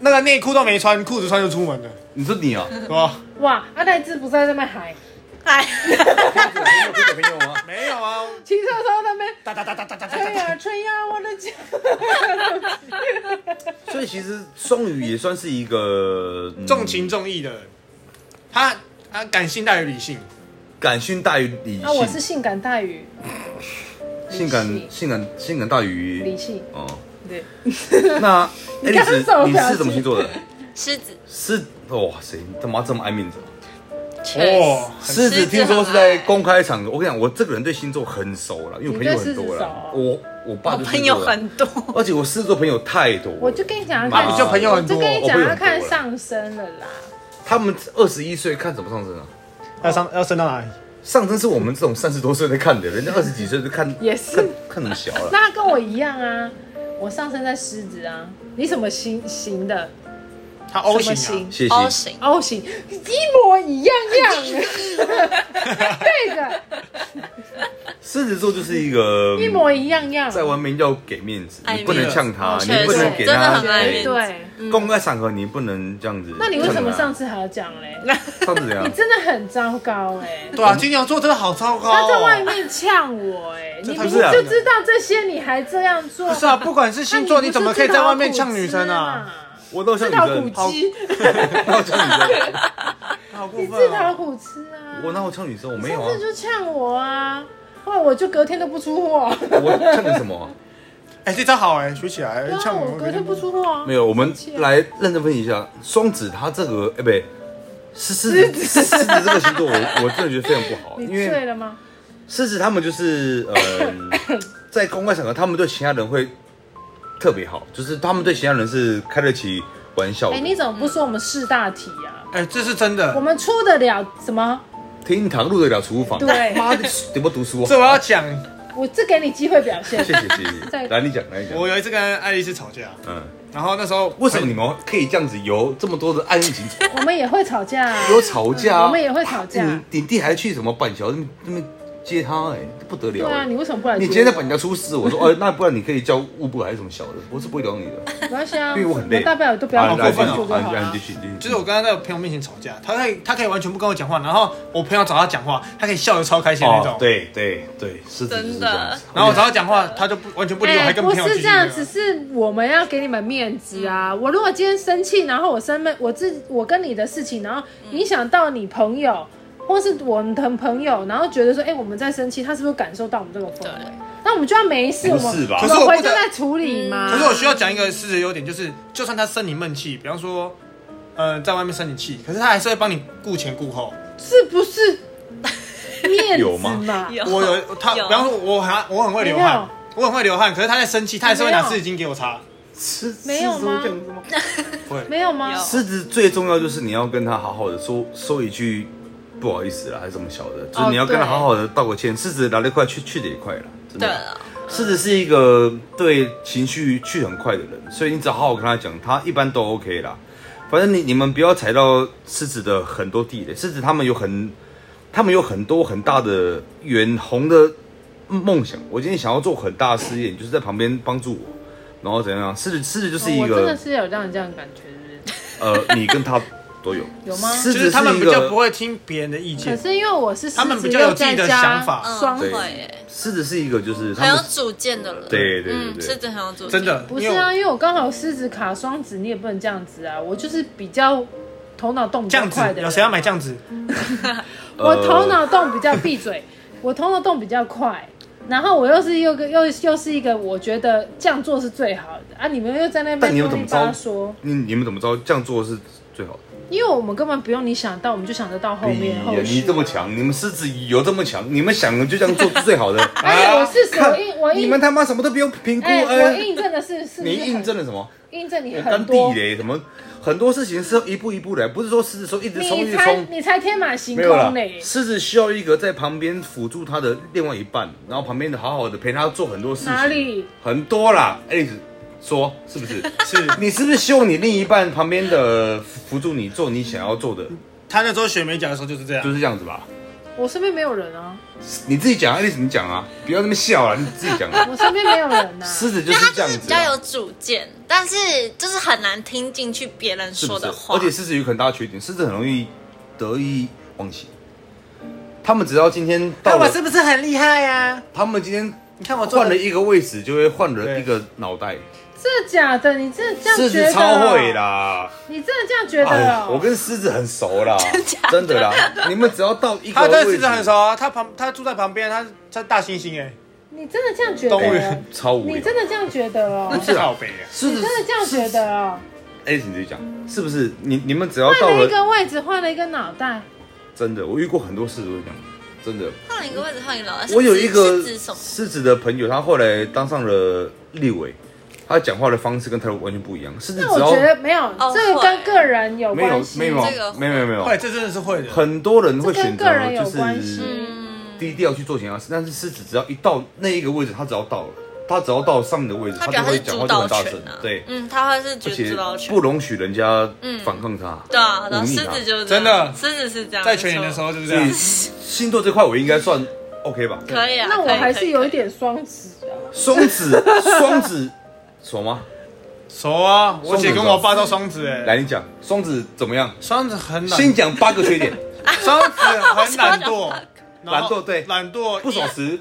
Speaker 3: 那个内裤都没穿，裤子穿就出门了，
Speaker 1: 你说你啊，
Speaker 3: 是吧？
Speaker 2: 哇，阿赖志不是在那边喊，
Speaker 4: 哎，
Speaker 1: 有小朋友吗？
Speaker 3: 没有啊，
Speaker 2: 骑车的时候在那边，
Speaker 3: 哒哒哒哒哒哒哒
Speaker 2: 哎
Speaker 3: 哒，
Speaker 2: 呀，春呀，我的脚，
Speaker 1: 所以其实双鱼也算是一个嗯
Speaker 3: 重情重义的人，他他感性大于理性，
Speaker 1: 感性大于理
Speaker 2: 啊，我是
Speaker 1: 性，
Speaker 2: 性感大于
Speaker 1: 性
Speaker 2: 理
Speaker 1: 感
Speaker 2: 性
Speaker 1: 性感性感大于
Speaker 2: 理性，
Speaker 1: 哦。
Speaker 2: 对，
Speaker 1: 那
Speaker 2: 你
Speaker 1: Alice，
Speaker 2: 刚刚什么
Speaker 1: 你
Speaker 2: 表
Speaker 1: 是什么
Speaker 2: 情
Speaker 1: 星座的？
Speaker 4: 狮子
Speaker 1: 狮哇塞，你他妈这么爱面子！
Speaker 4: 确实。
Speaker 1: 哦狮子
Speaker 4: 狮子哎
Speaker 1: 听说是
Speaker 4: 很
Speaker 1: 在
Speaker 4: 爱
Speaker 1: 公开场合，我跟你讲，我这个人对星座很熟了，因为我朋友很多了。
Speaker 2: 你
Speaker 1: 我我爸
Speaker 4: 我
Speaker 1: 就
Speaker 4: 朋友
Speaker 1: 是狮子
Speaker 4: 很多，
Speaker 1: 座，而且我狮子座朋友太多了。
Speaker 2: 我就跟你讲要
Speaker 1: 妈
Speaker 2: 看，
Speaker 1: 你就
Speaker 3: 朋友很多
Speaker 2: 我就跟你
Speaker 1: 我
Speaker 2: 讲
Speaker 1: 朋友
Speaker 2: 要
Speaker 1: 很多了
Speaker 2: 看上升了啦。
Speaker 1: 他们二十一岁看怎么上升啊？
Speaker 3: 要上要升到哪里？
Speaker 1: 上升是我们这种三十多岁在看的，人家二十几岁就看，
Speaker 2: 也是
Speaker 1: 看看怎么小了。
Speaker 2: 那他跟我一样啊，我上升在狮子啊。你什么型型的
Speaker 3: 他 O
Speaker 2: 什么
Speaker 3: 型
Speaker 1: 谢
Speaker 2: 型
Speaker 3: 啊，
Speaker 4: 凹
Speaker 1: 谢。
Speaker 4: 型，
Speaker 2: ？O 型，一模一样 样。对的，
Speaker 1: 狮子座就是一个嗯
Speaker 2: 一模一样样。
Speaker 1: 在外面要给面子，
Speaker 4: 爱
Speaker 1: 你不能
Speaker 4: 面
Speaker 1: 呛他，
Speaker 4: 子
Speaker 1: 你不能
Speaker 4: 确实
Speaker 1: 给
Speaker 4: 真的
Speaker 1: 他
Speaker 4: 很爱面子
Speaker 2: 对，
Speaker 1: 公开场合你不能这样子。
Speaker 2: 那你为什么上
Speaker 1: 上
Speaker 2: 次还要讲嘞？
Speaker 1: 上次 怎样
Speaker 2: 你？真的很糟糕哎、
Speaker 1: 哦
Speaker 3: 对啊，金牛座真的好糟糕
Speaker 2: 他在外
Speaker 3: 哦。
Speaker 2: 面呛我哎、你
Speaker 3: 这
Speaker 2: 明
Speaker 3: 他
Speaker 2: 明
Speaker 1: 是啊
Speaker 2: 就知道这些，你还这样做。
Speaker 3: 不是啊，不管是
Speaker 2: 那
Speaker 3: 星座，
Speaker 2: 你
Speaker 3: 你
Speaker 2: 不是
Speaker 3: 怎么可以在外面呛女生啊？
Speaker 2: 啊？
Speaker 1: 我都像
Speaker 2: 自
Speaker 1: 女
Speaker 2: 讨苦
Speaker 1: 生，好
Speaker 2: 吃，
Speaker 1: 我像女生，
Speaker 3: 好过
Speaker 2: 啊你
Speaker 3: 分
Speaker 2: 自
Speaker 3: 哦
Speaker 2: 讨！苦吃 啊！
Speaker 1: 我哪有像女生？我没有
Speaker 2: 上
Speaker 1: 啊
Speaker 2: 次，就呛我啊，后来我就隔天都不出货，
Speaker 1: 我呛你什么啊？
Speaker 3: 哎，这招好哎，学起来，
Speaker 2: 然
Speaker 3: 呛
Speaker 2: 后
Speaker 3: 我
Speaker 2: 啊我
Speaker 3: 们
Speaker 2: 隔天不出货啊。
Speaker 1: 没有，我们
Speaker 2: 生气啊
Speaker 1: 来认真分析一下双子，他这个哎不对，狮狮子狮子这个星座，我我真的觉得非常不 好，
Speaker 2: 你
Speaker 1: 因
Speaker 2: 醉
Speaker 1: 为
Speaker 2: 了吗？
Speaker 1: 狮子他们就是 呃，在公开场合，他们对其他人会特别好，就是他们对其他人是开得起玩笑
Speaker 2: 哎，
Speaker 1: 的。
Speaker 2: 你怎么不说我们试大题啊？
Speaker 3: 哎，这是真
Speaker 2: 我
Speaker 3: 的，
Speaker 2: 们出得了什么？
Speaker 1: 厅堂入得了厨房，
Speaker 2: 对
Speaker 1: 妈的，得不读书啊？
Speaker 3: 这我要讲。
Speaker 2: 我这给你机会表现
Speaker 1: 谢。谢谢谢，
Speaker 2: 在
Speaker 1: 来你讲来你讲
Speaker 3: 我，有一次跟爱丽丝吵架，
Speaker 1: 嗯。
Speaker 3: 然后那时候
Speaker 1: 为什么你们可以这样子有这么多的暗恋情仇，
Speaker 2: 我们也会吵架啊，
Speaker 1: 有吵架、啊
Speaker 2: 我们也会吵架。
Speaker 1: 你你弟还去什么板桥那边那边接他、哎，不得
Speaker 2: 对
Speaker 1: 了、
Speaker 2: 啊，
Speaker 1: 哎
Speaker 2: 你为什么不来？
Speaker 1: 你今天在板桥出事，我说，哦、那不然你可以叫乌布还是什么小的，我是不会聊你的，
Speaker 2: 没关系啊，
Speaker 1: 因为我很累。
Speaker 2: 大不了都不要
Speaker 1: 好
Speaker 2: 好
Speaker 1: 来
Speaker 2: 过
Speaker 1: 继续
Speaker 2: 分
Speaker 3: 啊
Speaker 2: 就好
Speaker 1: 啊
Speaker 2: 了
Speaker 1: 你继。续你继续
Speaker 3: 就是我跟他在我朋友面前吵架，他可以他可以完全不跟我讲话，然后我朋友找他讲话，他可以笑得超开心的那
Speaker 1: 哦
Speaker 3: 种，。。
Speaker 1: 对对对，是
Speaker 4: 真的
Speaker 3: 然后我找他讲话，他就不完全不理我，还跟
Speaker 2: 哎不
Speaker 3: 朋友继
Speaker 2: 是
Speaker 3: 续
Speaker 1: 啊
Speaker 2: 这样，只是我们要给你们面子啊！我如果今天生气，然后我生闷，我自我跟你的事情，然后影响到你朋友，或是我们的朋友，然后觉得说，哎、我们在生气，他是不是感受到我们这个氛围
Speaker 4: 对？
Speaker 2: 那我们就要没事，
Speaker 1: 不
Speaker 2: 我
Speaker 1: 是
Speaker 2: 们
Speaker 1: 吧
Speaker 2: 我
Speaker 3: 可是
Speaker 2: 们
Speaker 3: 我不
Speaker 2: 回
Speaker 3: 得
Speaker 2: 家再处理嘛。
Speaker 3: 可是我需要讲一个狮子的优点，就是就算他生你闷气，比方说，呃，在外面生你气，可是他还是会帮你顾前顾后。
Speaker 2: 是不是面
Speaker 1: 有
Speaker 2: 子
Speaker 1: 吗
Speaker 2: 嘛？
Speaker 4: 有
Speaker 3: 我 有他，比方说我还我很会流汗
Speaker 2: 哦没，
Speaker 3: 我很会流汗，可是他在生气，他还是会拿
Speaker 2: 没有
Speaker 3: 湿巾给我擦。
Speaker 1: 狮子
Speaker 2: 没有吗
Speaker 1: 狮子会这样子吗
Speaker 3: 会，
Speaker 2: 没有吗？
Speaker 4: 有
Speaker 1: 狮子最重要就是你要跟他好好的说说一句不好意思啊啦，还是什么小的，就是你要跟他好好的道个歉。狮子来得快去去得也快了，真
Speaker 4: 对
Speaker 1: 的。
Speaker 4: 了，
Speaker 1: 狮子是一个对情绪去很快的人，所以你只要好好跟他讲，他一般都 OK 啦。反正你你们不要踩到狮子的很多地雷，狮子他们有很，他们有很多很大的远红的梦想。我今天想要做很大的事业，你就是在旁边帮助我。然后怎样？狮子狮子就是
Speaker 2: 哦
Speaker 1: 一
Speaker 2: 我真
Speaker 1: 个、
Speaker 2: 的是有让你这样的感觉，是不是？
Speaker 1: 呃，你跟他都有
Speaker 2: 有吗
Speaker 1: 狮
Speaker 3: 就
Speaker 1: 子
Speaker 3: 是他们
Speaker 1: 一
Speaker 3: 比较不
Speaker 1: 个
Speaker 3: 会听别人的意
Speaker 2: 可
Speaker 3: 见，
Speaker 2: 是因为我是狮子
Speaker 3: 他们比较有自己的
Speaker 2: 又在家
Speaker 3: 想法
Speaker 4: 嗯
Speaker 2: 双
Speaker 1: 对
Speaker 4: 会欸
Speaker 1: 狮子是一个就是
Speaker 4: 很
Speaker 1: 他
Speaker 4: 有
Speaker 1: 们
Speaker 4: 主见的人，
Speaker 1: 对对对
Speaker 4: 嗯，
Speaker 1: 对
Speaker 4: 狮子很有主见，
Speaker 3: 真的，
Speaker 2: 不是
Speaker 3: 因为
Speaker 2: 啊，
Speaker 3: 我
Speaker 2: 因为我刚好狮子卡双子，你也不能这样子啊。我就是比较头脑动比较
Speaker 3: 酱
Speaker 2: 快
Speaker 3: 子
Speaker 2: 的人
Speaker 3: 有谁要买酱 子？
Speaker 2: 我头
Speaker 1: 呃
Speaker 2: 脑动比较闭嘴， 我头脑动比较快，然后我又是又个又又是一个我觉得这样做是最好的啊！你们又在那
Speaker 1: 但
Speaker 2: 边
Speaker 1: 你又
Speaker 2: 啰
Speaker 1: 怎
Speaker 2: 里
Speaker 1: 么
Speaker 2: 吧
Speaker 1: 着？
Speaker 2: 嗦，
Speaker 1: 你你们怎么着？这样做是最好的。
Speaker 2: 因为我们根本不用你想到，我们就想得到后面后续、
Speaker 1: 你这么，强，你们狮子有这么强，你们想的就这样做是最 好的。啊
Speaker 2: 而且哎我是谁？我印我
Speaker 1: 你们
Speaker 2: 印
Speaker 1: 他妈什么都不用评估，
Speaker 2: 哎、我
Speaker 1: 哎，
Speaker 2: 印证的是是不
Speaker 1: 你
Speaker 2: 是很
Speaker 1: 印证了什么？
Speaker 2: 印证你
Speaker 1: 我
Speaker 2: 很
Speaker 1: 干
Speaker 2: 多
Speaker 1: 地。雷什么？很多事情是要一步一步来，不是说狮子说一直冲一
Speaker 2: 你
Speaker 1: 直
Speaker 2: 才
Speaker 1: 冲，
Speaker 2: 你才天马行
Speaker 1: 没有啦
Speaker 2: 空嘞，！
Speaker 1: 狮子需要一个在旁边辅助他的另外一半，然后旁边的好好的陪他做很多事情。
Speaker 2: 哪里？
Speaker 1: 很多啦，哎、说是不是？
Speaker 3: 是
Speaker 1: 你是不是希望你另一半旁边的辅助你做你想要做的，
Speaker 3: 他那时候学美甲的时候就是这样
Speaker 1: 就，是这样子吧？
Speaker 2: 我身边没有人啊，
Speaker 1: 你自己讲，爱丽丝你讲啊，不要那么笑了，你自己讲 啊。
Speaker 2: 我身边没有人呐、
Speaker 1: 狮子就
Speaker 4: 因为他
Speaker 1: 是这
Speaker 4: 就
Speaker 1: 样
Speaker 4: 是比
Speaker 1: 子
Speaker 4: 较
Speaker 1: 啊，
Speaker 4: 有主见，但是就是很难听进去别人
Speaker 1: 是不
Speaker 4: 说
Speaker 1: 是
Speaker 4: 的？话。
Speaker 1: 而且狮子有很大的缺点，狮子很容易得意忘形。他们只要今天到了，
Speaker 3: 不是很厉害呀？
Speaker 1: 他们今天
Speaker 3: 你看我做
Speaker 1: 换了
Speaker 3: 的，
Speaker 1: 一个位置，就会换了一个脑袋。
Speaker 2: 真的假的？你真的这样
Speaker 1: 狮
Speaker 2: 觉得、哦
Speaker 1: 子超会！啦！
Speaker 2: 你真的这样觉得、
Speaker 1: 哎
Speaker 2: 哦？，
Speaker 1: 我跟狮子很熟 啦，
Speaker 4: 假的
Speaker 1: 真的啦。你们只要到一个
Speaker 3: 他
Speaker 1: 位置，
Speaker 3: 对狮子很熟啊，他旁他住在旁边，他他大猩猩哎，
Speaker 2: 你真的这样觉
Speaker 3: 动物
Speaker 2: 得哦
Speaker 3: 园？
Speaker 1: 哦超无
Speaker 2: 你
Speaker 1: 聊。
Speaker 2: 真的这样觉得哦？
Speaker 1: 是啊
Speaker 3: 好肥啊，
Speaker 1: 狮
Speaker 2: 你
Speaker 1: 子
Speaker 2: 真的这样觉得哦？
Speaker 1: 哎、你自己讲，是不是？你你们只要到
Speaker 2: 换了一
Speaker 1: 了，
Speaker 2: 个位置，换了一个脑袋，
Speaker 1: 真的，我遇过很多狮子都这样，真的。
Speaker 4: 换一个位置，换一个老师。
Speaker 1: 我有一个
Speaker 4: 是指什么？
Speaker 1: 狮子的朋友，他后来当上了立委，他讲话的方式跟态度完全不一样。狮子
Speaker 2: 那
Speaker 1: 只
Speaker 2: 我
Speaker 1: 要
Speaker 2: 觉得没有，
Speaker 4: 哦
Speaker 2: 这个跟个人有
Speaker 1: 没有
Speaker 2: 关系，
Speaker 1: 没有
Speaker 4: 这个
Speaker 1: 没有没有没
Speaker 3: 后来
Speaker 1: 有，
Speaker 3: 这真的是会的，
Speaker 1: 很多人会
Speaker 2: 这
Speaker 1: 选
Speaker 2: 跟
Speaker 1: 择
Speaker 2: 个人有
Speaker 1: 就
Speaker 2: 关系
Speaker 1: 是。
Speaker 4: 嗯，
Speaker 1: 低调去做其他事，但是狮子只要一到那一个位置，他只要到了，他只要到上面的位置，
Speaker 4: 他
Speaker 1: 他
Speaker 4: 觉
Speaker 1: 就
Speaker 4: 得他
Speaker 1: 会
Speaker 4: 是
Speaker 1: 讲
Speaker 4: 主
Speaker 1: 话就
Speaker 4: 导
Speaker 1: 很大
Speaker 4: 权
Speaker 1: 声
Speaker 4: 啊。，
Speaker 1: 对，
Speaker 4: 嗯，他会是
Speaker 1: 而
Speaker 4: 觉得
Speaker 1: 且
Speaker 4: 主导权
Speaker 1: 不。容许人家反抗他。
Speaker 4: 对啊，然后
Speaker 1: 忤逆
Speaker 4: 狮
Speaker 1: 他
Speaker 4: 子就是
Speaker 3: 真的
Speaker 4: 狮子是这样。
Speaker 3: 在全年的
Speaker 4: 没错
Speaker 3: 时候就是这
Speaker 1: 所 以
Speaker 3: 样，
Speaker 1: 星座这块我应该算 OK 吧？
Speaker 4: 可以啊，
Speaker 2: 那我
Speaker 4: 可以
Speaker 2: 还是有一。
Speaker 4: 可以可以
Speaker 2: 点双子啊。
Speaker 1: 双子，双子，爽吗？
Speaker 3: 熟啊，我姐跟我爸都双子哎，
Speaker 1: 来，你讲双子怎么样？
Speaker 3: 双子很懒，
Speaker 1: 先讲八个缺点：
Speaker 3: 双子 很懒惰，然
Speaker 1: 懒
Speaker 3: 后
Speaker 1: 惰，对，
Speaker 3: 懒惰，
Speaker 1: 不守时，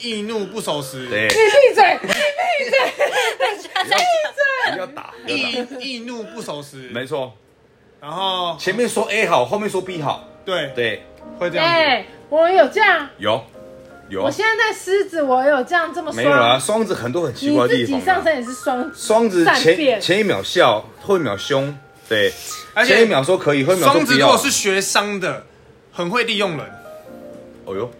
Speaker 3: 易怒不守时，
Speaker 1: 对，
Speaker 2: 你闭嘴！
Speaker 1: 不要打，不要打，
Speaker 3: 易易怒不守时，
Speaker 1: 没错。
Speaker 3: 然后
Speaker 1: 前面说 A 好，后面说 B 好，
Speaker 3: 对
Speaker 1: 对，
Speaker 3: 会这样
Speaker 2: 哎，我有这样，
Speaker 1: 有，有
Speaker 2: 我，现在在狮子，我有这样这么
Speaker 1: 没有啊？
Speaker 2: 双。
Speaker 1: 双子很多很奇
Speaker 2: 你
Speaker 1: 怪的
Speaker 2: 自
Speaker 1: 地
Speaker 2: 己
Speaker 1: 方
Speaker 2: 上
Speaker 1: 啊。
Speaker 2: 升也是双子，
Speaker 1: 双子
Speaker 2: 善
Speaker 1: 前
Speaker 2: 变
Speaker 1: 前一秒笑，后一秒凶，对，
Speaker 3: 子，而
Speaker 1: 前一
Speaker 3: 且
Speaker 1: 秒说可以，后一秒说
Speaker 3: 双
Speaker 1: 不
Speaker 3: 子如
Speaker 1: 要
Speaker 3: 果。是学商的，很会利用人，
Speaker 1: 哦呦，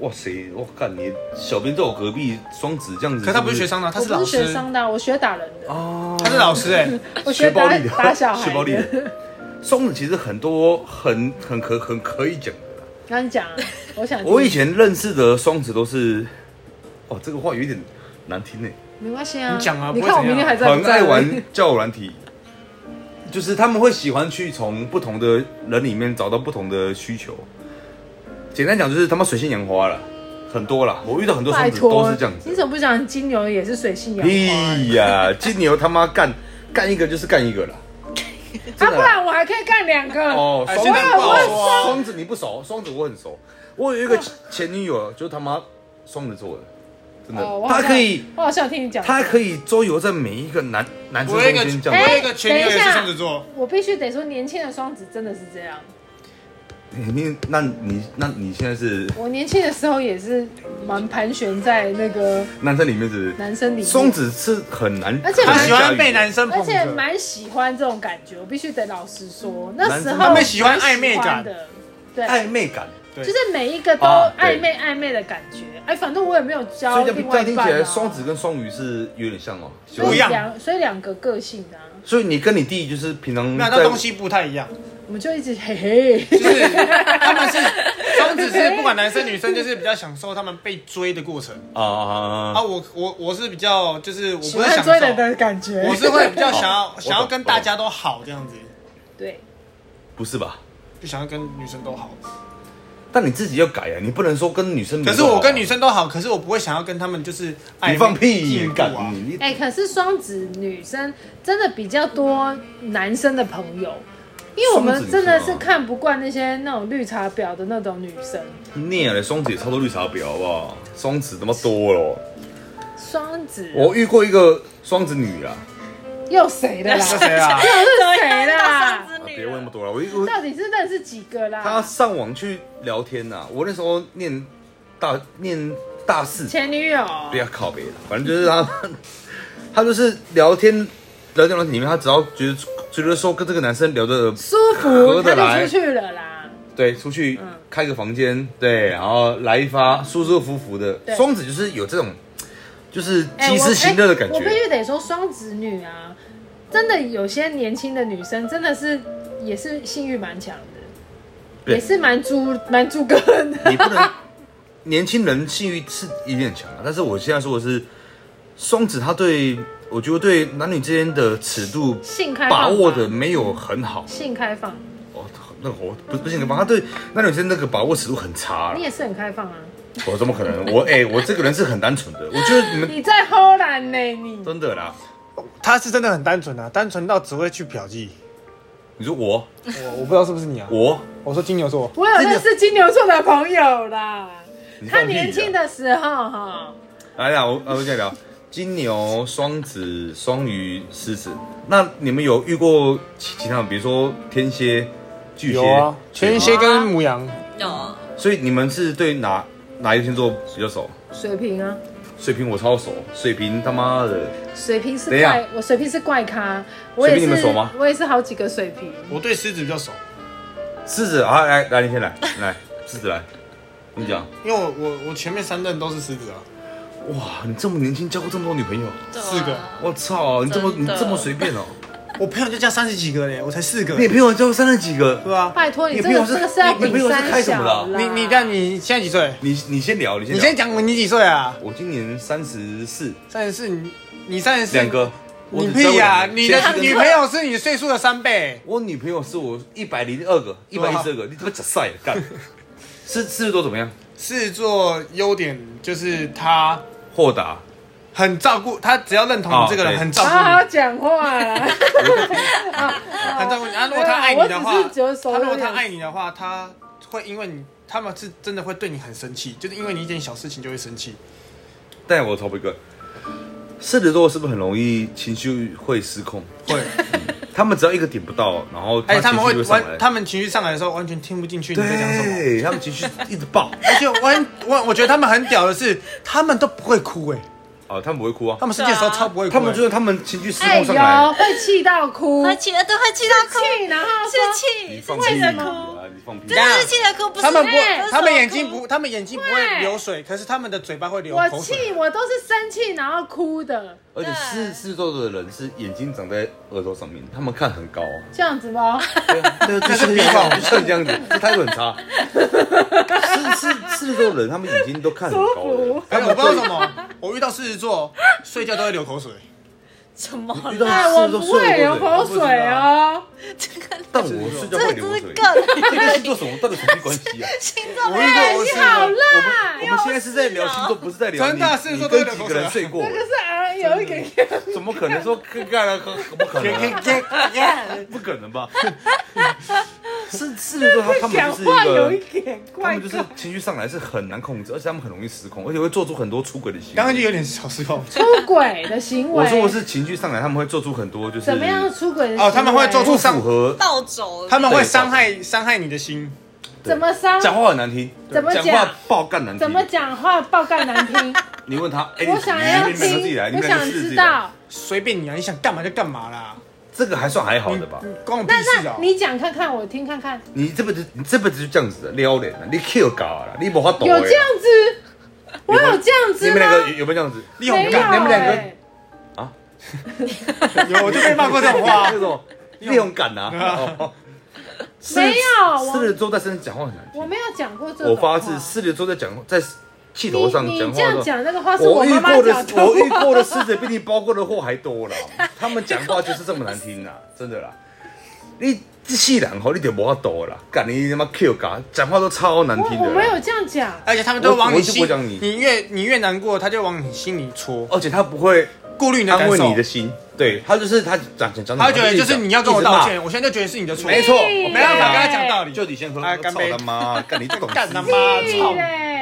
Speaker 1: 哇塞，我看你小编在我隔壁，双子这样子，
Speaker 3: 可是他不是学商的，他
Speaker 2: 我
Speaker 3: 老
Speaker 2: 不是学
Speaker 3: 师，
Speaker 2: 商的啊，我学打人的，
Speaker 1: 哦，
Speaker 3: 他是老师 哎，
Speaker 2: 我
Speaker 1: 学暴
Speaker 2: 打
Speaker 1: 力的，
Speaker 2: 打小孩。
Speaker 1: 学暴力 的。双子其实很多很很可很可以讲的啦。
Speaker 2: 那你讲啊，我想听
Speaker 1: 我以前认识的双子都是，哦，这个话有一点难听呢，
Speaker 2: 没关系啊，
Speaker 3: 你讲啊
Speaker 2: 你
Speaker 3: 不会
Speaker 2: 看
Speaker 3: 怎样
Speaker 2: 我明天还在不
Speaker 1: 很
Speaker 2: 在
Speaker 1: 爱玩交友软体。就是他们会喜欢去从不同的人里面找到不同的需求。简单讲就是他妈水性杨花了，很多啦，我遇到很多双
Speaker 2: 拜
Speaker 1: 子都
Speaker 2: 托
Speaker 1: 是这样子。
Speaker 2: 你怎么不讲金牛也是水性杨花？啊
Speaker 1: 屁 呀、金牛他妈干干一个就是干一个啦，
Speaker 2: 啊，
Speaker 1: 真
Speaker 2: 不
Speaker 1: 的啦。
Speaker 2: 然我还可以干两个。
Speaker 1: 哦，
Speaker 3: 哎
Speaker 1: 双
Speaker 3: 现在不好
Speaker 1: 子
Speaker 3: 说啊
Speaker 1: 双子你不熟，双子我很熟。我有一个前女友，就是他妈双子座的，真
Speaker 2: 哦
Speaker 1: 的，
Speaker 2: 我好
Speaker 1: 她
Speaker 2: 像
Speaker 1: 可以，
Speaker 2: 我好像有听你讲。
Speaker 1: 她可以周游在每一个男男生
Speaker 3: 我
Speaker 1: 中
Speaker 3: 有一个哎
Speaker 1: 间这
Speaker 3: 我
Speaker 1: 样
Speaker 3: 有
Speaker 1: 子。
Speaker 3: 一个前女友也是双子座，
Speaker 2: 我必须得说，年轻的双子真的是这样。
Speaker 1: 你那你那你现在是
Speaker 2: 我年轻的时候也是蛮盘旋在那个
Speaker 1: 男生里面是
Speaker 2: 男生里
Speaker 1: 不是？
Speaker 2: 面，
Speaker 1: 双，子是很难，
Speaker 2: 而且
Speaker 1: 很
Speaker 3: 他
Speaker 1: 难
Speaker 3: 喜欢
Speaker 1: 驾驭
Speaker 3: 被男生
Speaker 2: 而
Speaker 3: 捧
Speaker 2: 且
Speaker 3: 着，
Speaker 2: 蛮喜欢这种感觉。我必须得老实说，那时
Speaker 1: 男生
Speaker 2: 候
Speaker 1: 他
Speaker 3: 们喜欢暧昧
Speaker 2: 蛮
Speaker 3: 感
Speaker 2: 喜欢的，对，
Speaker 1: 暧昧感，
Speaker 2: 就是每一个都
Speaker 1: 啊对
Speaker 2: 暧昧暧昧的感觉。哎，反正我也没有
Speaker 1: 所
Speaker 2: 交
Speaker 1: 以这
Speaker 2: 另
Speaker 1: 样这样
Speaker 2: 外一
Speaker 1: 听起
Speaker 2: 半
Speaker 1: 来，
Speaker 2: 啊。
Speaker 1: 双子跟双鱼是有点像哦，
Speaker 2: 所以
Speaker 3: 不一样
Speaker 2: 两，所以两个个性啊，
Speaker 1: 所以你跟你弟就是平常
Speaker 3: 那
Speaker 1: 在
Speaker 3: 他东西不太 一样，
Speaker 2: 我们就一直嘿嘿。
Speaker 3: 就是他们是双子是不管男生女生，就是比较享受他们被追的过程
Speaker 1: 啊啊啊
Speaker 3: 啊，！我我我是比较就是 我
Speaker 2: 喜
Speaker 3: 不是
Speaker 2: 欢
Speaker 3: 享
Speaker 2: 追人
Speaker 3: 受，
Speaker 2: 的感觉。
Speaker 3: 我是会比较想
Speaker 1: 哦
Speaker 3: 要
Speaker 1: 我懂
Speaker 3: 想要跟大家都好这样子，
Speaker 2: 对，
Speaker 1: 不是吧？嗯
Speaker 3: 就想要跟女生都好，
Speaker 1: 但你自己要改啊，你不能说跟女生没
Speaker 3: 可
Speaker 1: 有
Speaker 3: 是
Speaker 1: 好啊。
Speaker 3: 我跟女生都好，可是我不会想要跟他们就是暧昧
Speaker 1: 你放屁
Speaker 3: 进，步
Speaker 1: 干
Speaker 3: 啊！
Speaker 1: 你你
Speaker 2: 哎、可是双子女生真的比较多男生的朋友，因为我
Speaker 1: 双子
Speaker 2: 们
Speaker 1: 女
Speaker 2: 真的
Speaker 1: 生
Speaker 2: 是
Speaker 1: 啊
Speaker 2: 看不惯那些那种绿茶婊的那种女生。
Speaker 1: 念了双子也超多绿茶婊，好不好？双子他妈多了哦，
Speaker 2: 双子
Speaker 1: 我遇过一个双子女啊，
Speaker 2: 又谁的啦？
Speaker 3: 那谁 啊？
Speaker 2: 是
Speaker 4: 对，
Speaker 2: 谁
Speaker 4: 到
Speaker 2: 啦
Speaker 4: 三？只
Speaker 1: 啊
Speaker 4: 女
Speaker 1: 别问那么
Speaker 4: 了，
Speaker 1: 多了，我一我
Speaker 2: 到底是认识几个
Speaker 1: 他
Speaker 2: 啦？
Speaker 1: 上网去聊天呐、我那时候念大念大四，
Speaker 2: 前女友，
Speaker 1: 不要靠别了，反正就是他，他就是聊天聊天里面，他只要觉得觉得说跟这个男生聊的
Speaker 2: 舒
Speaker 1: 合
Speaker 2: 服
Speaker 1: 得
Speaker 2: 他
Speaker 1: 来
Speaker 2: 就出去了啦。
Speaker 1: 对，出去
Speaker 2: 嗯
Speaker 1: 开个房间，对，然后来一发舒舒服服的。
Speaker 2: 对
Speaker 1: 双子就是有这种，就是
Speaker 2: 哎
Speaker 1: 及时行乐的感
Speaker 2: 我哎我必
Speaker 1: 觉。
Speaker 2: 须得说，双子女啊，真的有些年轻的女生真的是也是性欲蛮强的，
Speaker 1: 对
Speaker 2: 也是蛮猪蛮猪哥的。
Speaker 1: 你不能， 年轻人性欲是有点强啊，但是我现在说的是，双子他对我觉得对男女之间的尺度
Speaker 2: 性开放吧
Speaker 1: 把握的没有很好。
Speaker 2: 性开放，
Speaker 1: 哦，那个我不不是那个，他对男女之间那个把握尺度很差啊
Speaker 2: 你。也是很开放啊！
Speaker 1: 我怎么可能？我哎、我这个人是很单纯的，我觉得你们
Speaker 2: 你在偷懒呢，你
Speaker 1: 真的啦。
Speaker 3: 他是真的很单纯啊，单纯到只会去嫖妓。
Speaker 1: 你说我
Speaker 3: 我我不知道是不是你啊？
Speaker 1: 我
Speaker 3: 我说金牛座，
Speaker 2: 我有认识金牛座的朋友啦
Speaker 1: 你，放
Speaker 2: 他
Speaker 1: 屁啊
Speaker 2: 年轻的时候哈，
Speaker 1: 来啦，哎我我再聊金牛、双子、双鱼、狮子。那你们有遇过其其他的，比如说天蝎、巨蟹、
Speaker 3: 有啊，
Speaker 1: 水
Speaker 3: 天
Speaker 1: 瓶
Speaker 3: 蝎跟母羊，
Speaker 4: 有啊
Speaker 1: 所以你们是对哪哪一个星座比较熟？
Speaker 2: 水瓶啊，
Speaker 1: 水瓶我超熟，水瓶他妈的，
Speaker 2: 水瓶是
Speaker 1: 等一下
Speaker 2: 怪，我水瓶是怪咖，我也
Speaker 1: 水瓶你们
Speaker 2: 是
Speaker 1: 熟吗，
Speaker 2: 我也是好几个水瓶。
Speaker 3: 我对狮子比较熟，
Speaker 1: 狮子啊，来来，你先来，来狮子来，你讲，
Speaker 3: 因为我我我前面三任都是狮子啊。
Speaker 1: 哇，你这么年轻交过这么多女朋友，
Speaker 4: 对
Speaker 3: 四个
Speaker 4: 啊
Speaker 1: 我操，你这么
Speaker 4: 真
Speaker 1: 你
Speaker 4: 的
Speaker 1: 这么随 便哦、
Speaker 3: 我朋友就加三十几个嘞，我才四个
Speaker 1: 你，也陪我交过三十几
Speaker 3: 对
Speaker 1: 个，
Speaker 3: 吧？
Speaker 2: 拜托你
Speaker 1: 你
Speaker 2: 这
Speaker 1: 朋
Speaker 2: 个
Speaker 1: 友是
Speaker 2: 这个是要
Speaker 1: 你朋
Speaker 2: 顶
Speaker 1: 友是开
Speaker 2: 三
Speaker 1: 什么的啊
Speaker 2: 小啦。
Speaker 3: 你你看你现在几岁？
Speaker 1: 你你先聊，你先
Speaker 3: 你
Speaker 1: 聊，
Speaker 3: 先讲你几岁啊？
Speaker 1: 我今年三十四，
Speaker 3: 三十四，你你三十四
Speaker 1: 两？个，我
Speaker 3: 你
Speaker 1: 只交
Speaker 3: 屁
Speaker 1: 过两
Speaker 3: 呀、
Speaker 1: 个
Speaker 3: 啊你
Speaker 1: 现在
Speaker 3: 的
Speaker 1: 是
Speaker 3: 女
Speaker 1: 跟
Speaker 3: 朋友是你岁数的三倍。
Speaker 1: 我女朋友是我一百零二个，一百一十二个，你怎么假赛干？ 狮狮子座怎么样？
Speaker 3: 狮子座优点就是他
Speaker 1: 豁达，
Speaker 3: 很照顾，他只要认同你这个
Speaker 1: 哦对
Speaker 3: 人，很照顾
Speaker 2: 好好
Speaker 3: 你，
Speaker 2: 讲话啦，
Speaker 3: 很照顾你。啊，如果他爱你的话，
Speaker 2: 我只是觉得熟
Speaker 3: 他如果
Speaker 2: 哦有点
Speaker 3: 他爱你的话，他会因为你，他们是真的会对你很生气，就是因为你一件小事情就会生气。
Speaker 1: 但我头一个，狮子座是不是很容易情绪会失控？
Speaker 3: 会，
Speaker 1: 他们只要一个点不到，然后
Speaker 3: 而且哎他们
Speaker 1: 情绪
Speaker 3: 会
Speaker 1: 就上来
Speaker 3: 完，，他们情绪上来的时候完全听不进去你在讲什么。
Speaker 1: 对，他们情绪一直爆。
Speaker 3: 而且我很我我觉得他们很屌的是，他们都不会哭哎、
Speaker 1: 哦，他们不会哭啊
Speaker 3: 他，们生气的时候
Speaker 4: 对啊
Speaker 3: 超不会哭、欸
Speaker 1: 他们就
Speaker 3: 就是
Speaker 1: 他们情绪失
Speaker 2: 哎
Speaker 1: 控上来
Speaker 2: 呦，，会气到哭，
Speaker 4: 会气，都会气到哭，
Speaker 2: 气，然后
Speaker 4: 是
Speaker 2: 说
Speaker 4: 气，
Speaker 1: 你
Speaker 4: 是
Speaker 1: 放
Speaker 4: 气
Speaker 1: 屁
Speaker 4: 的
Speaker 1: 啊
Speaker 4: 哭，！
Speaker 1: 你放屁！
Speaker 4: 真的是气的哭，不是
Speaker 3: 他们不
Speaker 4: 哎是，
Speaker 3: 他们眼
Speaker 4: 哭
Speaker 3: 睛不，他们眼睛不会
Speaker 2: 对
Speaker 3: 流水，可是他们的嘴巴会流
Speaker 2: 我
Speaker 3: 口水。
Speaker 2: 气，我都是生气然后哭的，
Speaker 1: 而且狮狮子座的人是眼睛长在额头上面，他们看很高啊。
Speaker 2: 这样子 吗？
Speaker 1: 对啊，对啊，就是像就像这样子，这态度很差。是是是，这种人他们眼睛都看很高
Speaker 2: 舒
Speaker 1: 的
Speaker 2: 服，
Speaker 3: 哎，
Speaker 1: 他
Speaker 3: 我
Speaker 1: 们
Speaker 3: 不知道为什么，我遇到狮子座睡觉都会流口 水，
Speaker 4: 什么
Speaker 1: 遇
Speaker 4: 啦？
Speaker 1: 到
Speaker 2: 哎，
Speaker 1: 狮
Speaker 2: 我
Speaker 1: 子座
Speaker 2: 不
Speaker 1: 睡
Speaker 2: 会
Speaker 1: 得
Speaker 2: 流
Speaker 1: 多的人
Speaker 2: 口水哦，
Speaker 4: 这个
Speaker 1: 但我睡觉会流
Speaker 4: 这
Speaker 1: 水。
Speaker 4: 个
Speaker 1: 这跟星座什么到底什么关系 啊？
Speaker 4: 星座
Speaker 3: 我遇到我
Speaker 2: 哎你
Speaker 3: 狮
Speaker 2: 好啊
Speaker 3: 子
Speaker 2: 啦，
Speaker 1: 我们现在是在聊星座，不是在聊
Speaker 3: 真的是
Speaker 1: 你你
Speaker 3: 说都有
Speaker 1: 跟
Speaker 3: 点
Speaker 1: 几个人睡过
Speaker 2: 哦这？个是啊，有一个
Speaker 1: 怎么可能说跟干了？怎么可能啊？不可能吧？ 是是的，他他们
Speaker 2: 讲
Speaker 1: 就是一
Speaker 2: 话有一
Speaker 1: 个，
Speaker 2: 点
Speaker 1: 他
Speaker 2: 怪
Speaker 1: 们就是
Speaker 2: 怪，
Speaker 1: 情绪上来是很难控制，而且他们很容易失控，而且会做出很多出轨的行为。
Speaker 3: 刚刚就有点小时候，
Speaker 2: 出轨的行为，
Speaker 1: 我说我是情绪上来，他们会做出很多就是
Speaker 2: 怎么样出轨的行为
Speaker 3: 哦他们会做
Speaker 1: 不
Speaker 3: 出
Speaker 1: 符合
Speaker 4: 暴走，
Speaker 3: 他们会伤害伤害你的心，
Speaker 2: 怎么伤
Speaker 1: 讲话很难听，
Speaker 2: 怎么
Speaker 1: 讲
Speaker 2: 讲
Speaker 1: 话爆干难听。
Speaker 2: 怎么讲话爆干难听，
Speaker 1: 你问他，哎、你
Speaker 2: 我想要
Speaker 1: 你你们两个自己来，
Speaker 2: 听，
Speaker 1: 你
Speaker 2: 我
Speaker 1: 们两个
Speaker 2: 想
Speaker 1: 自己
Speaker 2: 知
Speaker 1: 来，
Speaker 2: 道。
Speaker 3: 随便你啊，你想干嘛就干嘛啦，
Speaker 1: 这个还算还好的吧？
Speaker 2: 嗯
Speaker 3: 关我屁
Speaker 2: 那
Speaker 3: 事
Speaker 2: 那
Speaker 3: 啊！
Speaker 2: 你讲看看，我听看看，
Speaker 1: 你这辈子你这辈子就这样子的撩脸了，你 Q 搞了，你无法懂。
Speaker 2: 有这样子，我有这样
Speaker 1: 你
Speaker 2: 子
Speaker 1: 们两个
Speaker 2: 吗？
Speaker 1: 有没有这样子？
Speaker 3: 你
Speaker 2: 没
Speaker 3: 很
Speaker 2: 有，
Speaker 3: 干，
Speaker 1: 你们两个
Speaker 2: 哎
Speaker 3: 有我就被骂过这种话
Speaker 1: 这，种 那种感呐、啊哦。
Speaker 2: 没有 我
Speaker 1: 狮子座在身上讲话很难听。
Speaker 2: 我没有讲过这种
Speaker 1: 我
Speaker 2: 话。
Speaker 1: 发誓，狮子座在讲在气头上
Speaker 2: 你
Speaker 1: 讲
Speaker 2: 你
Speaker 1: 话
Speaker 2: 这
Speaker 1: 的
Speaker 2: 样
Speaker 1: 时候。
Speaker 2: 讲那个话是
Speaker 1: 我遇
Speaker 2: 妈妈
Speaker 1: 过的
Speaker 2: 讲的话。
Speaker 1: 我遇过的狮子比 啊你包过的货还多了，他们讲话就是这么难听呐、真的啦。你这细人吼，你就无法度的啦，干你他妈 Q 嘎，讲话都超难听
Speaker 2: 我
Speaker 1: 的
Speaker 2: 我没
Speaker 1: 啦。
Speaker 2: 有这样讲，
Speaker 3: 而且他们都会往
Speaker 1: 我我就
Speaker 3: 心
Speaker 1: 不讲你
Speaker 3: 你越你越难过，他就往你心里戳，
Speaker 1: 而且他不会
Speaker 3: 顾虑你的
Speaker 1: 安
Speaker 3: 感
Speaker 1: 慰
Speaker 3: 受，
Speaker 1: 你的心，对他就是他讲讲讲，
Speaker 3: 他会觉得就是你要跟我道歉，
Speaker 1: 一直
Speaker 3: 我现在就觉得是你的错，
Speaker 1: 骂，没错，
Speaker 2: 对
Speaker 1: 我
Speaker 3: 没办法跟他讲道
Speaker 1: 你
Speaker 3: 理，
Speaker 1: 就你先喝，
Speaker 3: 哎干杯
Speaker 1: 操他妈，干你这种
Speaker 3: 干他妈
Speaker 1: 哎
Speaker 2: 屁
Speaker 3: 操
Speaker 2: 嘞！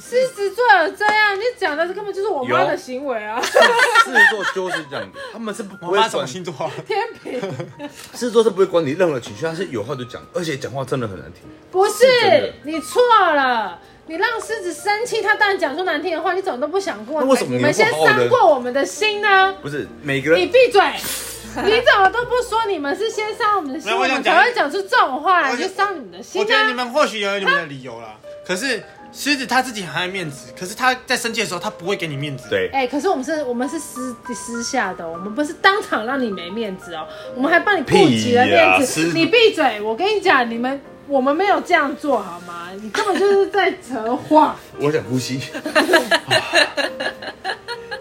Speaker 2: 狮子座有这样，你讲的这根本就是我妈
Speaker 1: 有
Speaker 2: 的行为啊！
Speaker 1: 狮子座就是这样的，他们是不不
Speaker 3: 我
Speaker 1: 会
Speaker 3: 妈什么
Speaker 1: 管，
Speaker 3: 星
Speaker 1: 狮
Speaker 3: 座 啊？
Speaker 2: 天平
Speaker 1: 子座是不会管你任何情绪，他是有话就讲，而且讲话真的很难听。
Speaker 2: 不
Speaker 1: 是真
Speaker 2: 是
Speaker 1: 的
Speaker 2: 你错了，你让狮子生气，他当然讲出难听的话，你怎么都不想过？
Speaker 1: 那为什么
Speaker 2: 你
Speaker 1: 你
Speaker 2: 们
Speaker 1: 们
Speaker 2: 先
Speaker 1: 不好好地
Speaker 2: 伤过我们的心呢？
Speaker 1: 不是每个
Speaker 2: 你
Speaker 1: 人，
Speaker 2: 闭嘴！你怎么都不说你们是先伤我们的心，
Speaker 3: 没有
Speaker 2: 我
Speaker 3: 我想
Speaker 2: 们
Speaker 3: 讲
Speaker 2: 才会讲出这种话来
Speaker 3: 我
Speaker 2: 去
Speaker 3: 觉
Speaker 2: 伤你们的心
Speaker 3: 我觉得你
Speaker 2: 啊？
Speaker 3: 们或许有你们的理由啦，可是狮子他自己很爱面子，可是他在生气的时候他不会给你面子，，
Speaker 1: 对，
Speaker 2: 哎、可是我们是，我们是私私下的哦、我们不是当场让你没面子哦，我们还帮你顾及了
Speaker 1: 屁呀狮
Speaker 2: 面子。
Speaker 1: 子
Speaker 2: 你闭嘴！我跟你讲，你们我们没有这样做好吗？你根本就是在扯谎。
Speaker 1: 我想呼吸，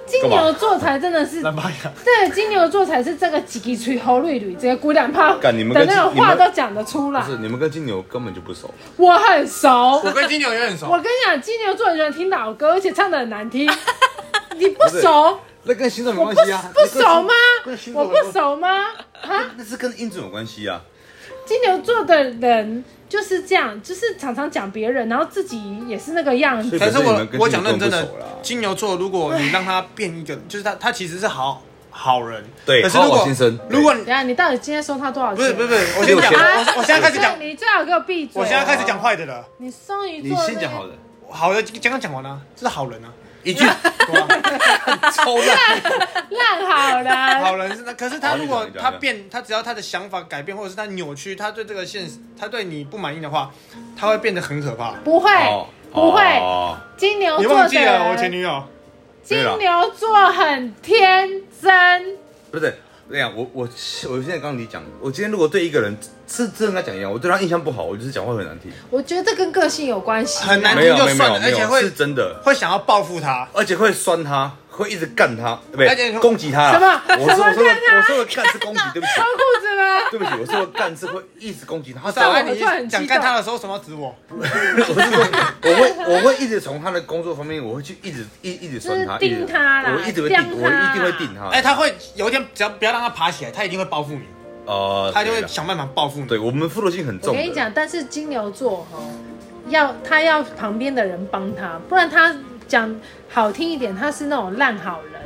Speaker 2: 金牛座才真的是
Speaker 3: 蓝白羊。
Speaker 2: 对，金牛座才是这个几吹喉绿绿，这个姑娘泡的
Speaker 1: 干你们跟
Speaker 2: 那种
Speaker 1: 金
Speaker 2: 话
Speaker 1: 你们
Speaker 2: 都讲得出
Speaker 1: 不
Speaker 2: 来。
Speaker 1: 是你们跟金牛根本就不熟，
Speaker 2: 我很熟，
Speaker 3: 我跟金牛也很熟
Speaker 2: 我，跟你讲，金牛座的人听老歌，而且唱的很难 听。你不熟，
Speaker 1: 那跟星座没
Speaker 2: 不
Speaker 1: 关系啊，
Speaker 2: 不熟吗
Speaker 1: 那跟星？
Speaker 2: 我
Speaker 1: 座
Speaker 2: 不，熟吗？啊，
Speaker 1: 那是跟音准有关系啊。
Speaker 2: 金牛座的人就是这样，就是常常讲别人，然后自己也是那个样
Speaker 1: 所。
Speaker 2: 子
Speaker 1: 以
Speaker 3: 但是
Speaker 1: 本身你
Speaker 3: 我
Speaker 1: 们跟
Speaker 3: 我
Speaker 1: 金
Speaker 3: 讲
Speaker 1: 牛
Speaker 3: 认
Speaker 1: 根本
Speaker 3: 真的
Speaker 1: 不熟啦，
Speaker 3: 金牛座，如果你让他变一个，就是他他其实是好好人，
Speaker 1: 对
Speaker 3: 可是如
Speaker 1: 好好
Speaker 3: 果
Speaker 1: 先生
Speaker 3: 如果
Speaker 2: 等一下你到底今天收他多少钱？啊
Speaker 3: 不是不是 不是，我先
Speaker 1: 六
Speaker 3: 讲，
Speaker 1: 千
Speaker 3: 我我现在开始讲，
Speaker 2: 你最好给我闭嘴！啊
Speaker 3: 我现在开始讲，坏的了。
Speaker 2: 你双鱼
Speaker 1: 你
Speaker 2: 座，
Speaker 1: 先讲好的，，
Speaker 3: 好的，刚刚讲完了，这是好人啊，
Speaker 1: 一句
Speaker 3: 对吧？
Speaker 1: 超烂，
Speaker 2: 烂好了，
Speaker 3: 好人是那，可是他
Speaker 1: 好
Speaker 3: 如
Speaker 1: 你
Speaker 3: 果
Speaker 1: 讲你讲
Speaker 3: 他变，他只要他的想法改变，或者是他扭曲，他对这个现实，他对你不满意的话，他会变得很可怕。
Speaker 2: 不会
Speaker 1: 哦，
Speaker 2: 哎不会，
Speaker 1: 哦
Speaker 2: 金牛
Speaker 3: 你
Speaker 2: 座
Speaker 3: 忘
Speaker 2: 的
Speaker 3: 记了我前
Speaker 2: 人，
Speaker 3: 女友，
Speaker 2: 金牛座很天真，
Speaker 1: 不是这样，我我我现在刚刚你讲，我今天如果对一个人是真的跟他讲一样，我对他印象不好，我就是讲话很难听，
Speaker 2: 我觉得这跟个性有关系。
Speaker 3: 很难
Speaker 1: 没有没
Speaker 3: 听就
Speaker 1: 有
Speaker 3: 算了
Speaker 1: 没有
Speaker 3: 而且会
Speaker 1: 是真的，
Speaker 3: 会想要报复他，
Speaker 1: 而且会酸他，会一直干他，不
Speaker 3: 而且
Speaker 1: 对，
Speaker 3: 你
Speaker 1: 攻击他啦。
Speaker 2: 什么
Speaker 1: 我
Speaker 2: 什
Speaker 1: 说
Speaker 2: 么
Speaker 1: 我说的
Speaker 2: 干他
Speaker 1: 我说的干是攻 击，对不
Speaker 2: 穿
Speaker 1: 起，
Speaker 2: 裤子吗？
Speaker 1: 对不起，我说的干是会一直攻击他，他只
Speaker 3: 上
Speaker 1: 要
Speaker 3: 来
Speaker 2: 我突然很
Speaker 3: 你
Speaker 2: 激动
Speaker 3: 想干他的时候，为什么要指我？
Speaker 1: 我是说，我会我会一直从他的工作方面，我会去一直一一直酸他，
Speaker 2: 就是盯他啦
Speaker 1: 一直我一直会
Speaker 2: 盯
Speaker 1: 定，我
Speaker 2: 他
Speaker 1: 一定会定他。
Speaker 3: 哎，他会有一天，只要不要让他爬起来，他一定会报复你，
Speaker 1: 呃，
Speaker 3: 他就
Speaker 1: 对
Speaker 3: 会
Speaker 1: 啦
Speaker 3: 想办法报复你。
Speaker 1: 对我们复读性很
Speaker 2: 我
Speaker 1: 重的。
Speaker 2: 跟你讲，但是金牛座哈，要他要旁边的人帮他，不然他讲好听一点，他是那种烂好人，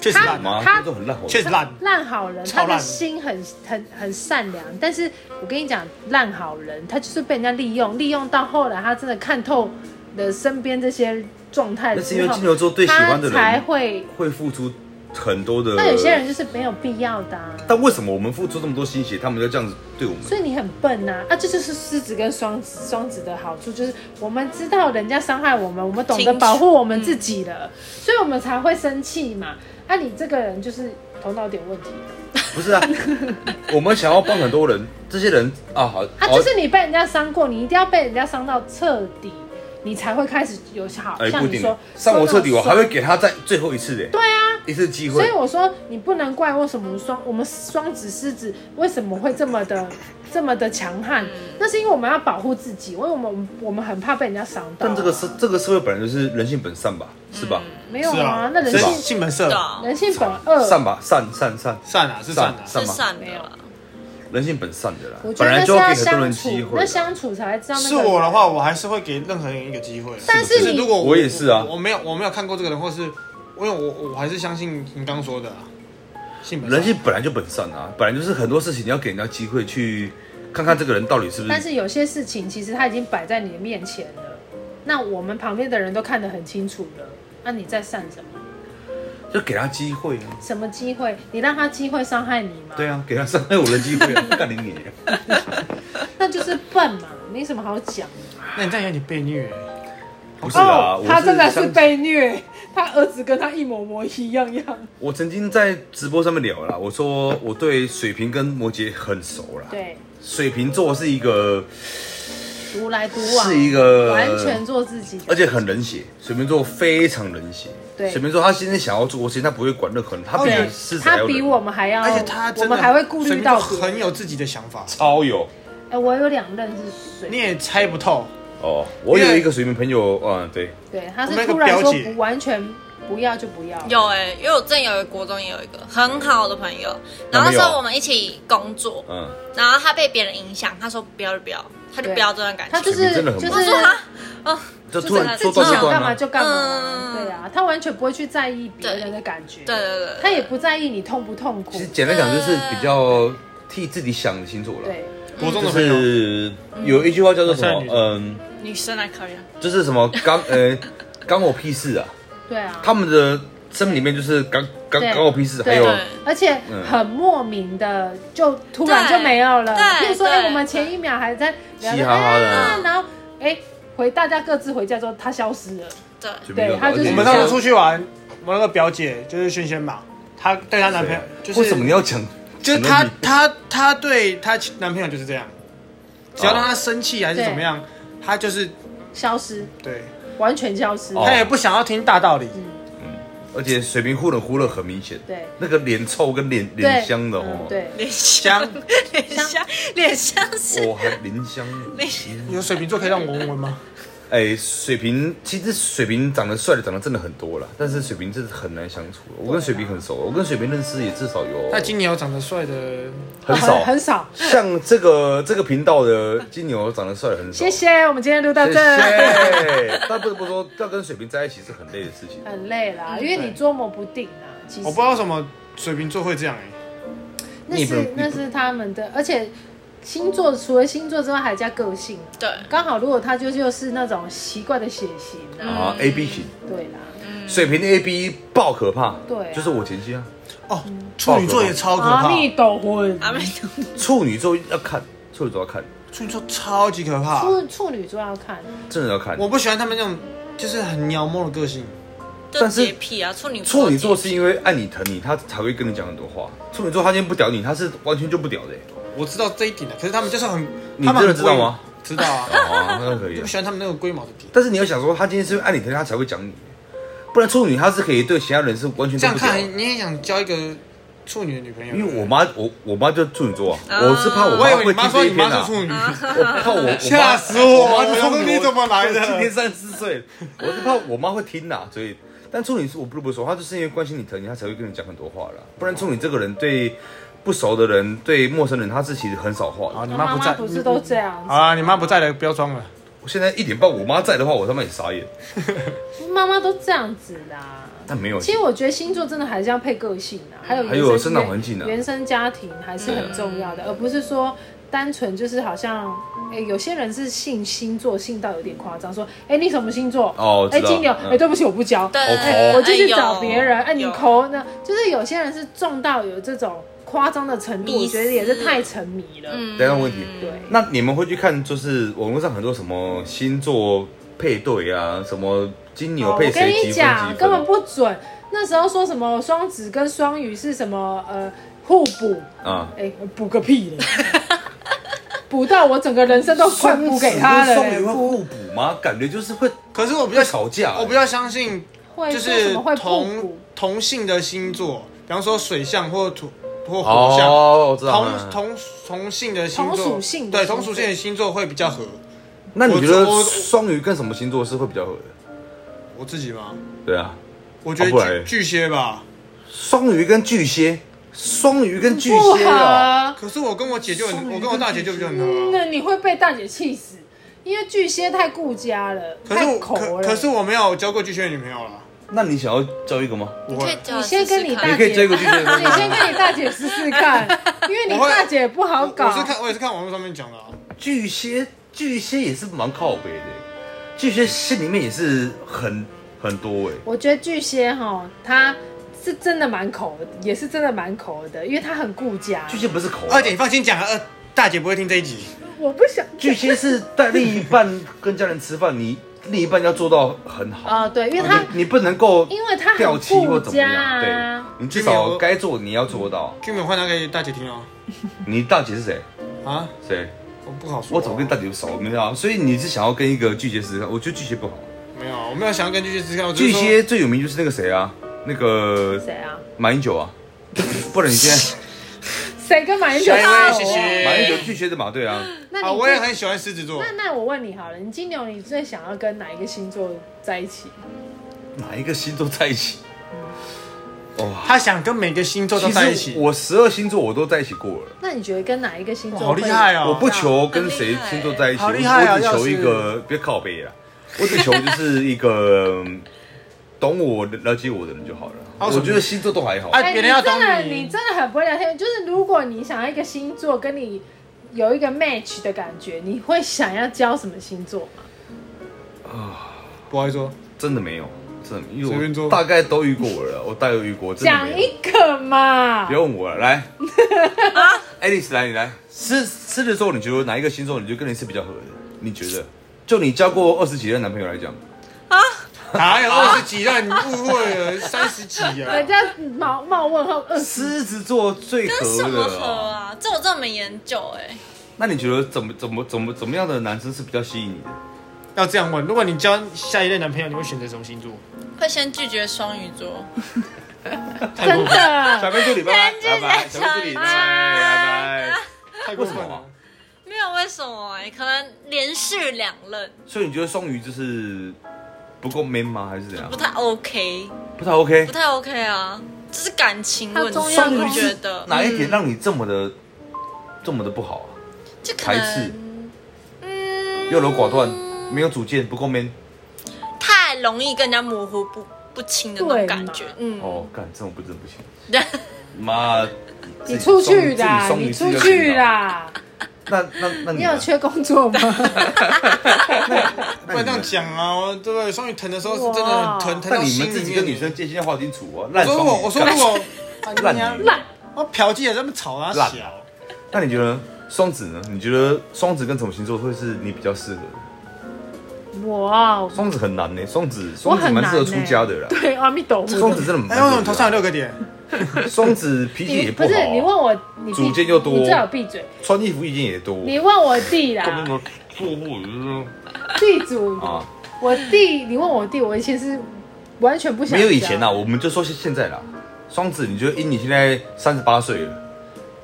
Speaker 3: 确实烂
Speaker 1: 干
Speaker 3: 啊，
Speaker 1: 嘛，
Speaker 2: 他
Speaker 1: 这都很烂好。
Speaker 3: 确实烂。
Speaker 2: 烂好人，
Speaker 3: 超
Speaker 2: 他
Speaker 3: 烂
Speaker 2: 的心很很很善良，但是我跟你讲，烂好人他就是被人家利用，利用到后来他真的看透了身边这些状态
Speaker 1: 那
Speaker 2: 之
Speaker 1: 是
Speaker 2: 后，
Speaker 1: 因为金牛座对喜欢的
Speaker 2: 他才
Speaker 1: 人
Speaker 2: 会。
Speaker 1: 会付出很多的。
Speaker 2: 那有些人，就是没有必要的、啊，
Speaker 1: 但为什么我们付出这么多心血，他们就这样子对我们？
Speaker 2: 所以你很笨呐、啊！这就是狮子跟双子，双子的好处就是我们知道人家伤害我们，我们懂得
Speaker 4: 清楚
Speaker 2: 保护我们自己了，
Speaker 1: 嗯
Speaker 2: 所以我们才会生气嘛。啊，你这个人就是头脑有点问题
Speaker 1: 不 是啊，我们想要帮很多人，这些人啊，好，
Speaker 2: 啊，
Speaker 1: 好
Speaker 2: 就是你被人家伤过，你一定要被人家伤到彻底，你才会开始有好、
Speaker 1: 哎，不
Speaker 2: 像
Speaker 1: 一
Speaker 2: 你
Speaker 1: 定
Speaker 2: 说
Speaker 1: 上我彻底，我还会
Speaker 2: 说
Speaker 1: 给他再最后一次的。对啊，一次机
Speaker 2: 那种所
Speaker 1: 会
Speaker 2: 以。我说你不能怪为什么双我们双子狮子为什么会这么的这么的强悍，
Speaker 1: 嗯
Speaker 2: 那是因为我们要保护自己，因为我们我们很怕被人家伤到啊、
Speaker 1: 但这个社这个社会本来就是人性本善吧，
Speaker 2: 嗯
Speaker 1: 是吧？
Speaker 2: 没有
Speaker 3: 是
Speaker 2: 啊
Speaker 3: 啊，，
Speaker 2: 那人
Speaker 3: 所以
Speaker 2: 性
Speaker 3: 性本色
Speaker 4: 对，啊，
Speaker 2: 人性本恶，
Speaker 1: 善吧，善善善
Speaker 3: 善啊是善啊，
Speaker 1: 善
Speaker 4: 是
Speaker 1: 嘛，
Speaker 4: 善的
Speaker 2: 没有
Speaker 4: 啦。
Speaker 1: 人性本善的啦
Speaker 2: 我，觉
Speaker 1: 本
Speaker 2: 得
Speaker 1: 来
Speaker 2: 那是
Speaker 1: 就要给
Speaker 2: 要
Speaker 1: 很多
Speaker 2: 相
Speaker 1: 人机
Speaker 2: 处，
Speaker 1: 会
Speaker 2: 那
Speaker 1: 啦。
Speaker 2: 相处才知道那
Speaker 3: 是
Speaker 2: 个人。
Speaker 3: 我的话，我还是会给任何人一个机会。
Speaker 2: 但
Speaker 1: 是
Speaker 2: 是
Speaker 1: 不
Speaker 3: 就是
Speaker 2: 你
Speaker 3: 如果
Speaker 1: 我也是啊
Speaker 3: 我我没有我没有看过这个人，或是因为我我还是相信你刚刚说的、啊，性本善
Speaker 1: 人性本来就本善啊，本来就是很多事情你要给人家机会去看看这个人到底是不
Speaker 2: 但
Speaker 1: 是。
Speaker 2: 是有些事情其实他已经摆在你的面前了，那我们旁边的人都看得很清楚了，那你在善什么？
Speaker 1: 就给他机会啊。
Speaker 2: 什么机会？你让他机会伤害你吗？
Speaker 1: 对啊，给他伤害我的机会 啊，干你你。
Speaker 2: 那就是笨嘛，没什么好讲。
Speaker 3: 那你这样有点被虐、
Speaker 2: 哦
Speaker 1: 不是啊，我
Speaker 2: 他真的是
Speaker 1: 相
Speaker 2: 被虐，他儿子跟他一模模一 样样。
Speaker 1: 我曾经在直播上面聊了啦，我说我对水瓶跟摩羯很熟啦。
Speaker 2: 对，
Speaker 1: 水瓶座是一个
Speaker 2: 独来独往，
Speaker 1: 是一个
Speaker 2: 啊完全做自己的，
Speaker 1: 而且很冷血，水瓶座非常冷血。
Speaker 2: 对哦
Speaker 1: 水瓶座他今天想要做，事情，他不会管任何人，他比
Speaker 3: 对
Speaker 1: 狮子还
Speaker 2: 他
Speaker 1: 要
Speaker 2: 比
Speaker 1: 冷
Speaker 2: 我们还要，
Speaker 3: 而且他
Speaker 2: 我
Speaker 3: 真的
Speaker 2: 们还会顾虑到
Speaker 3: 水瓶座很有自己的想法，
Speaker 1: 超有
Speaker 2: 哎、我有两任是水
Speaker 3: 你，也猜不透。
Speaker 1: 哦。我有一个水瓶朋友，嗯，对，
Speaker 2: 对，他
Speaker 3: 我们
Speaker 2: 是
Speaker 3: 有个
Speaker 2: 突然
Speaker 3: 表
Speaker 2: 说
Speaker 3: 姐
Speaker 2: 不完全不要就不要，
Speaker 4: 有哎、因为我之前有一个国中也有一个很好的朋友，然后那时候我们一起工作，
Speaker 1: 嗯，
Speaker 4: 然后他被别人影响，他说不要就不要，他就不要这段感
Speaker 2: 他
Speaker 4: 情。
Speaker 2: 就
Speaker 1: 水
Speaker 2: 是
Speaker 1: 瓶真的很
Speaker 2: 就
Speaker 1: 忙
Speaker 4: 我
Speaker 2: 是
Speaker 4: 说啊，哦，
Speaker 1: 这啊
Speaker 4: 就
Speaker 1: 突然
Speaker 4: 是
Speaker 1: 说
Speaker 4: 自
Speaker 1: 断
Speaker 4: 己
Speaker 1: 就
Speaker 2: 想
Speaker 1: 断
Speaker 2: 干嘛
Speaker 1: 了，
Speaker 2: 就干嘛、
Speaker 4: 嗯
Speaker 2: 对啊，他完全不会去在意别人的感觉，
Speaker 4: 对对对，
Speaker 2: 他也不在意你痛不痛苦
Speaker 1: 其实，简单讲就是比较替自己想清楚了。
Speaker 2: 对，
Speaker 3: 国中
Speaker 1: 就
Speaker 3: 的朋友，
Speaker 1: 是有一句话叫做什
Speaker 3: 嗯
Speaker 1: 么？嗯，
Speaker 4: 女生来考验，
Speaker 1: 就是什么刚 呃干我屁事啊！
Speaker 2: 对啊，
Speaker 1: 他们的生命里面就是干干
Speaker 2: 对
Speaker 1: 干我屁事，还
Speaker 2: 对啊
Speaker 1: 有嗯
Speaker 4: 对
Speaker 2: 而且很莫名的，就突然就没有了。
Speaker 4: 对
Speaker 2: 譬如说，
Speaker 4: 对
Speaker 2: 哎、我们前一秒还在聊
Speaker 1: 嘻
Speaker 2: 着
Speaker 1: 哈哈的
Speaker 2: 啊，然后哎、回大家各自回家之后，他消失了。
Speaker 4: 对，
Speaker 1: 水瓶座
Speaker 2: 对他就是
Speaker 1: 而且
Speaker 3: 我们那时候出去玩，我那个表姐就是萱萱嘛，她对她男朋友就是
Speaker 1: 啊为什么你要讲？
Speaker 3: 就是
Speaker 1: 讲
Speaker 3: 她
Speaker 1: 到你
Speaker 3: 她她对她男朋友就是这样，只
Speaker 1: 哦
Speaker 3: 要让她生气还是怎么样，她就是
Speaker 2: 消失，
Speaker 3: 对，
Speaker 2: 完全消失。
Speaker 1: 哦
Speaker 3: 她也不想要听大道理。
Speaker 1: 而且水瓶忽冷忽热很明显，
Speaker 2: 对
Speaker 1: 那个脸臭跟脸
Speaker 2: 对，
Speaker 1: 脸香的哦
Speaker 2: 嗯，，对，
Speaker 4: 脸
Speaker 3: 香
Speaker 4: 香，脸香，脸香是
Speaker 1: 哦，还脸 香。
Speaker 3: 有水瓶座可以让我闻 闻吗？
Speaker 1: 哎，水瓶其实水瓶长得帅的长得真的很多了，但是水瓶真的很难相处。我
Speaker 2: 啊
Speaker 1: 跟水瓶很熟，我跟水瓶认识也至少有
Speaker 3: 那今年有长得帅的，
Speaker 1: 很少
Speaker 2: 很少。
Speaker 1: 像这个这个频道的金牛长得帅的很少，
Speaker 2: 谢谢，我们今天录到
Speaker 1: 谢
Speaker 2: 这，
Speaker 1: 谢。但不得不说，要跟水瓶在一起是很累的事情。
Speaker 2: 很累啦，因为你捉摸不定啊。其实
Speaker 3: 我不知道为什么水瓶座会这样哎、
Speaker 2: 那
Speaker 1: 你不
Speaker 2: 是
Speaker 1: 你不
Speaker 2: 那是他们的，而且星座除了星座之外还加个性。
Speaker 4: 对，
Speaker 2: 刚好，如果他就就是那种奇怪的血型啊，
Speaker 1: 啊，A B 型，
Speaker 3: 嗯
Speaker 2: 对啦，
Speaker 1: 水瓶的 A B 爆可怕，
Speaker 2: 嗯对啊
Speaker 1: 就是我前妻啊。
Speaker 3: 哦，处女座也超可怕啊
Speaker 2: 阿，密斗魂，
Speaker 4: 阿妹，
Speaker 1: 处女座要看，处女座要看，
Speaker 3: 处女座超级可怕。
Speaker 2: 处处女座要看，
Speaker 1: 真的要看。
Speaker 3: 我不喜欢他们那种就是很娘摸的个性。
Speaker 4: 就
Speaker 1: 但是
Speaker 4: 洁癖啊，处女
Speaker 1: 处女座
Speaker 4: 洁
Speaker 1: 是因为爱你疼你，他才会跟你讲很多话。处女座他今天不屌你，他是完全就不屌 的欸。
Speaker 3: 我知道这一点的，可是他们就是很，
Speaker 1: 你
Speaker 3: 他们很
Speaker 1: 真的知道吗
Speaker 3: 龟？知道啊，
Speaker 1: 啊，那可以
Speaker 3: 就
Speaker 1: 啊
Speaker 3: 不。喜欢他们那个龟毛的点。
Speaker 1: 但是你要想说，他今天是因为爱你疼你，他才会讲你。不然处女他是可以对其他人是完全
Speaker 3: 这
Speaker 1: 都
Speaker 3: 样
Speaker 1: 不屌的。
Speaker 3: 看，你也想交一个处女的女朋友？
Speaker 1: 因为我妈，我我妈就处女座啊，我是怕我
Speaker 3: 我
Speaker 1: 妈
Speaker 3: 以为
Speaker 1: 会
Speaker 3: 你妈
Speaker 1: 听
Speaker 3: 说
Speaker 1: 这
Speaker 3: 你
Speaker 1: 一篇
Speaker 3: 妈是
Speaker 1: 啊，
Speaker 3: 处女，
Speaker 1: 我怕我我
Speaker 3: 吓
Speaker 1: 妈
Speaker 3: 死我！
Speaker 1: 我妈
Speaker 3: 我
Speaker 1: 是
Speaker 3: 说
Speaker 1: 处
Speaker 3: 你
Speaker 1: 女，
Speaker 3: 怎么来的？
Speaker 1: 今年三十四岁，我是怕我妈会听呐，所以。但处女是我不得不说，她就是因为关心你、疼你，她才会跟你讲很多话啦。不然处女这个人对不熟的人、对陌生人，她是其实很少话
Speaker 3: 好，
Speaker 1: 的。
Speaker 3: 你
Speaker 2: 我
Speaker 3: 妈
Speaker 2: 妈
Speaker 3: 不
Speaker 2: 妈
Speaker 3: 在，
Speaker 2: 不是都这样
Speaker 3: 好啊啦，你妈不在了，不要装了。
Speaker 1: 我现在一点半，我妈在的话，我他妈也傻眼。
Speaker 2: 子，
Speaker 3: 啊
Speaker 2: 妈妈都这样子的啊。
Speaker 1: 但没有，
Speaker 2: 其实我觉得星座真的还是要配个性啊，还有原
Speaker 1: 还有
Speaker 2: 生
Speaker 1: 生长环境啊嗯
Speaker 2: 原生家庭还是很重要的，而不是说单纯就是好像，哎，有些人是信星座信到有点夸张，说，哎，你什么星座？
Speaker 1: 哦我
Speaker 2: 哎，
Speaker 1: 知道
Speaker 2: 金牛，
Speaker 1: 嗯
Speaker 2: 哎，对不起，我不教，
Speaker 4: 对，
Speaker 1: 哎
Speaker 4: 对
Speaker 2: 我就去
Speaker 4: 有
Speaker 2: 找别人，哎，你
Speaker 4: 有
Speaker 2: 抠呢？就是有些人是重到有这种夸张的程度，
Speaker 4: 迷
Speaker 2: 我觉得也是
Speaker 4: 思
Speaker 2: 太沉迷了，
Speaker 4: 嗯
Speaker 1: 等一下问题
Speaker 2: 对。
Speaker 1: 那你们会去看，就是网络上很多什么星座配对啊，什么金牛
Speaker 2: 哦
Speaker 1: 配
Speaker 2: 我跟
Speaker 1: 谁
Speaker 2: 你
Speaker 1: 几分
Speaker 2: 讲，
Speaker 1: 几
Speaker 2: 根本
Speaker 1: 分
Speaker 2: 不准。那时候说什么双子跟双鱼是什么呃互补，
Speaker 1: 啊？
Speaker 2: 哎、补个屁嘞！ 补到我整个人生都快补给他了、
Speaker 1: 双子
Speaker 2: 欸，
Speaker 1: 跟双鱼会
Speaker 2: 补
Speaker 1: 互补吗？感觉就是会
Speaker 3: 可是我比较
Speaker 1: 会，吵架欸。
Speaker 3: 我比较相信
Speaker 2: 会
Speaker 3: 就
Speaker 2: 说什
Speaker 3: 是
Speaker 2: 么会互
Speaker 3: 同
Speaker 2: 补？
Speaker 3: 同性的星座，比方说水象或土或火象，
Speaker 1: 哦，我知道了
Speaker 3: 同。同同性的星座，
Speaker 2: 同属性的
Speaker 3: 对
Speaker 2: 星座
Speaker 3: 同属性的星座会比较合。
Speaker 1: 那你觉得
Speaker 3: 我我
Speaker 1: 双鱼跟什么星座是会比较合的？
Speaker 3: 我自己吗？
Speaker 1: 对啊，
Speaker 3: 我觉得
Speaker 1: 啊不然
Speaker 3: 巨巨蟹吧。
Speaker 1: 双鱼跟巨蟹，双鱼跟巨
Speaker 2: 不
Speaker 1: 蟹啊，
Speaker 2: 合，
Speaker 3: 可是我跟我姐就
Speaker 1: 双鱼
Speaker 3: 很，
Speaker 1: 跟
Speaker 3: 我跟我大姐就比较
Speaker 2: 嗯
Speaker 3: 很合啊。
Speaker 2: 那你会被大姐气死，因为巨蟹太顾家了，
Speaker 3: 可是
Speaker 2: 太
Speaker 3: 我
Speaker 2: 抠
Speaker 3: 可
Speaker 2: 了。
Speaker 3: 可是我没有交过巨蟹的女朋友啦。
Speaker 1: 那你想要交一个吗？
Speaker 3: 不
Speaker 4: 你可
Speaker 3: 会
Speaker 4: 以，叫
Speaker 2: 你
Speaker 4: 我
Speaker 2: 先跟你
Speaker 4: 试试
Speaker 2: 大
Speaker 1: 你
Speaker 4: 看
Speaker 1: 可以追一个巨蟹
Speaker 2: 你先跟你大姐试试 看，因为你
Speaker 3: 我会
Speaker 2: 大姐不好
Speaker 3: 我
Speaker 2: 搞
Speaker 3: 我。是看我也是看网络上面讲的啊。
Speaker 1: 巨蟹，巨蟹也是蛮靠北的，巨蟹心里面也是很很多哎。
Speaker 2: 我觉得巨蟹哈，他是真的蛮抠的，也是真的蛮抠的，因为他很顾家。
Speaker 1: 巨蟹不是口啊，
Speaker 3: 二姐，你放心讲啊，二大姐不会听这一集。
Speaker 2: 我不想
Speaker 1: 巨蟹是带另一半跟家人吃饭，你 另一半要做到很好。
Speaker 2: 哦，对，因为他
Speaker 1: 你你不能够
Speaker 2: 因为他很
Speaker 1: 掉漆或怎么
Speaker 2: 顾家
Speaker 1: 样，对
Speaker 2: 啊
Speaker 1: 你至
Speaker 3: 金
Speaker 1: 少
Speaker 3: 牛
Speaker 1: 该做你要做到。
Speaker 3: 俊美换那给大姐听哦。
Speaker 1: 你大姐是谁？
Speaker 3: 啊，
Speaker 1: 谁？
Speaker 3: 我不好说啊、
Speaker 1: 我怎么跟大姐熟？没有啊，所以你是想要跟一个巨蟹试试看？我觉得巨蟹不好。
Speaker 3: 没有啊，我没有想要跟巨蟹之间，我只
Speaker 1: 巨
Speaker 3: 是说
Speaker 1: 蟹最有名就是那个谁啊，那个
Speaker 2: 谁啊？
Speaker 1: 马英九 啊。不然你现在
Speaker 2: 谁跟马英九
Speaker 3: 下一位，
Speaker 2: 是
Speaker 3: 哎谢谢。
Speaker 1: 马英九巨蟹的嘛？对啊，
Speaker 2: 那
Speaker 3: 啊，
Speaker 2: 你
Speaker 3: 我也
Speaker 2: 最
Speaker 3: 很喜欢狮子座
Speaker 2: 那。那我问你好了，你金牛你最想要跟哪一个星座在一起？
Speaker 1: 哪一个星座在一起？哇，
Speaker 3: 他想跟每个星座都在一
Speaker 1: 嗯其
Speaker 3: 起
Speaker 1: 实，我十二星座我都在一起过了。
Speaker 2: 那你觉得跟哪一个星
Speaker 3: 哇
Speaker 2: 座
Speaker 3: 好厉害
Speaker 2: 哦！
Speaker 3: 哦！
Speaker 1: 我不求跟谁星座在一起，
Speaker 3: 好厉害啊
Speaker 1: 我只
Speaker 3: 要
Speaker 1: 求
Speaker 3: 是
Speaker 1: 一个别靠背啦，我只求就是一个嗯懂我、了解我的人就好了。
Speaker 3: 好
Speaker 1: 我
Speaker 3: 什么
Speaker 1: 觉得星座都还好，
Speaker 3: 哎
Speaker 2: 哎，
Speaker 3: 别
Speaker 2: 你
Speaker 3: 人要
Speaker 2: 真的
Speaker 3: 懂你
Speaker 2: 你真的很不会聊天。就是如果你想要一个星座跟你有一个 match 的感觉，你会想要交什么星座吗？
Speaker 3: 不好意思哦，
Speaker 1: 真的没有，真的没有，
Speaker 3: 随便
Speaker 1: 因为
Speaker 3: 做
Speaker 1: 我大概都遇过了，我大概遇过，真的
Speaker 2: 讲
Speaker 1: 没有。
Speaker 2: 一个嘛
Speaker 1: 不。要问我了， 来，
Speaker 2: 啊
Speaker 1: 爱丽丝来，你来，狮狮子座，你觉得哪一个星座你就跟你是比较合的？你觉得？就你交过二十几任男朋友来讲，
Speaker 3: 哪有二十几任？你误会了，三十 几
Speaker 2: 人
Speaker 3: 啊！
Speaker 2: 家冒冒问号呃二十，
Speaker 1: 狮子座最
Speaker 4: 跟
Speaker 1: 合
Speaker 4: 什
Speaker 1: 的、
Speaker 4: 么合啊？这我真的没研究哎、
Speaker 1: 那你觉得怎么怎么怎么怎么样的男生是比较吸引你的？
Speaker 3: 要这样问，如果你交下一任男朋友，你会选择什么星座？
Speaker 4: 会先拒绝双鱼座。
Speaker 3: 太
Speaker 2: 真
Speaker 1: 小
Speaker 3: 过分，
Speaker 2: 的。啊
Speaker 1: 编助理，拜拜，拜拜，小
Speaker 4: 啊小
Speaker 1: 编
Speaker 4: 编
Speaker 1: 助
Speaker 4: 助
Speaker 1: 理，
Speaker 4: 理
Speaker 1: 拜拜，拜拜。
Speaker 3: 太过分了。
Speaker 4: 没有为什么哎、可能连续两任
Speaker 1: 所以你觉得双鱼就是不够 man 吗？还是怎样
Speaker 4: 不？太 OK，
Speaker 1: 不太 OK
Speaker 4: 不。太 OK 啊，这是感情问
Speaker 2: 他中
Speaker 4: 题，
Speaker 2: 央
Speaker 1: 双
Speaker 4: 我
Speaker 2: 不
Speaker 1: 鱼
Speaker 2: 公
Speaker 4: 觉
Speaker 1: 是
Speaker 4: 得
Speaker 1: 哪一点让你这么的这么的不好啊？
Speaker 4: 就可
Speaker 1: 排斥
Speaker 4: 能，嗯
Speaker 1: 优柔寡断，没有主见，不够 man。
Speaker 4: 太容易跟人家模糊不不清的那
Speaker 2: 对
Speaker 4: 种
Speaker 2: 嘛
Speaker 4: 感觉，嗯，
Speaker 1: 哦，干，这种不真的不行。妈，
Speaker 2: 你出去
Speaker 1: 自己
Speaker 2: 啦！
Speaker 1: 双
Speaker 2: 你
Speaker 1: 鱼
Speaker 2: 出去！
Speaker 1: 自己双鱼自己就
Speaker 2: 啊啦！
Speaker 1: 知道那那那
Speaker 2: 你
Speaker 1: 你呢
Speaker 2: 有缺工作吗？
Speaker 3: 不能这样讲啊！我对不对？双鱼疼的时候是真的很疼，疼
Speaker 1: 那
Speaker 3: 到
Speaker 1: 你
Speaker 3: 心
Speaker 1: 们
Speaker 3: 里面。
Speaker 1: 自己跟女生界限划清楚哦。烂
Speaker 3: 我说
Speaker 1: 双
Speaker 3: 我
Speaker 1: 鱼
Speaker 3: 我说
Speaker 1: 干
Speaker 3: 我
Speaker 1: 烂
Speaker 3: 你
Speaker 1: 烂
Speaker 2: 烂。
Speaker 3: 我嫖妓也这么吵啊，
Speaker 1: 烂
Speaker 3: 小。
Speaker 1: 那你觉得双子呢？你觉得双子跟什么星座会是你比较适合的？
Speaker 2: 我啊我
Speaker 1: 双子很难呢、双子
Speaker 2: 我
Speaker 1: 双子
Speaker 2: 很
Speaker 1: 蛮
Speaker 2: 难
Speaker 1: 适合出
Speaker 2: 欸
Speaker 1: 家的啦。
Speaker 2: 对，阿弥陀佛
Speaker 1: 双。子真的蛮适合出家的。
Speaker 3: 哎，为什么头 上有六个点？
Speaker 1: 双子脾气
Speaker 2: 你
Speaker 1: 也不好、
Speaker 2: 是你问我，你闭
Speaker 1: 主见又多
Speaker 2: 你最好闭嘴。
Speaker 1: 穿衣服意见也多。
Speaker 2: 你问我弟啦，
Speaker 1: 根本错误就是
Speaker 2: 地主，
Speaker 1: 啊，
Speaker 2: 我弟，你问我弟，我以前是完全不想
Speaker 1: 没有以前啊啦，
Speaker 2: 交
Speaker 1: 我们就说现现在啦。双子，你觉得以你现在三十八岁了，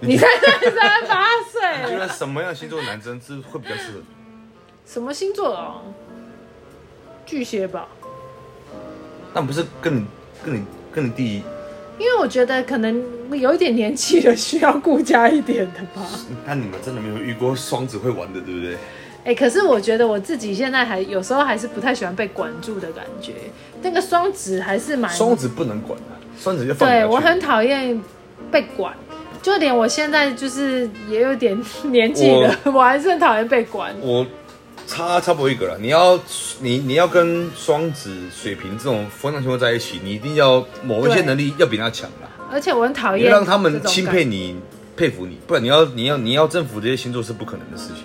Speaker 2: 你才三十八
Speaker 1: 你
Speaker 2: 岁
Speaker 1: 觉得
Speaker 2: 了，
Speaker 1: 什么样的星座的男生是会比较适合你？
Speaker 2: 什么星座哦？巨蟹吧，
Speaker 1: 那不是跟你跟你跟你弟
Speaker 2: 因为我觉得可能有一点年纪了，需要顾家一点的吧。
Speaker 1: 那你们真的没有遇过双子会玩的，对不对？
Speaker 2: 哎、可是我觉得我自己现在还有时候还是不太喜欢被管住的感觉，那个双子还是蛮
Speaker 1: 双子不能管的、双子就放不
Speaker 2: 哎对
Speaker 1: 下去
Speaker 2: 我很讨厌被管，就连我现在就是也有点年纪了，我还是很讨厌被管。
Speaker 1: 我差差不多一个了。你要你你要跟双子、水瓶这种风象星座在一起，你一定要某一些
Speaker 2: 对
Speaker 1: 能力要比他强啦，
Speaker 2: 而且我很讨
Speaker 1: 你
Speaker 2: 厌
Speaker 1: 要让他们钦佩
Speaker 2: 你。
Speaker 1: 你、佩服你，不然你要你要你要征服这些星座是不可能的事情，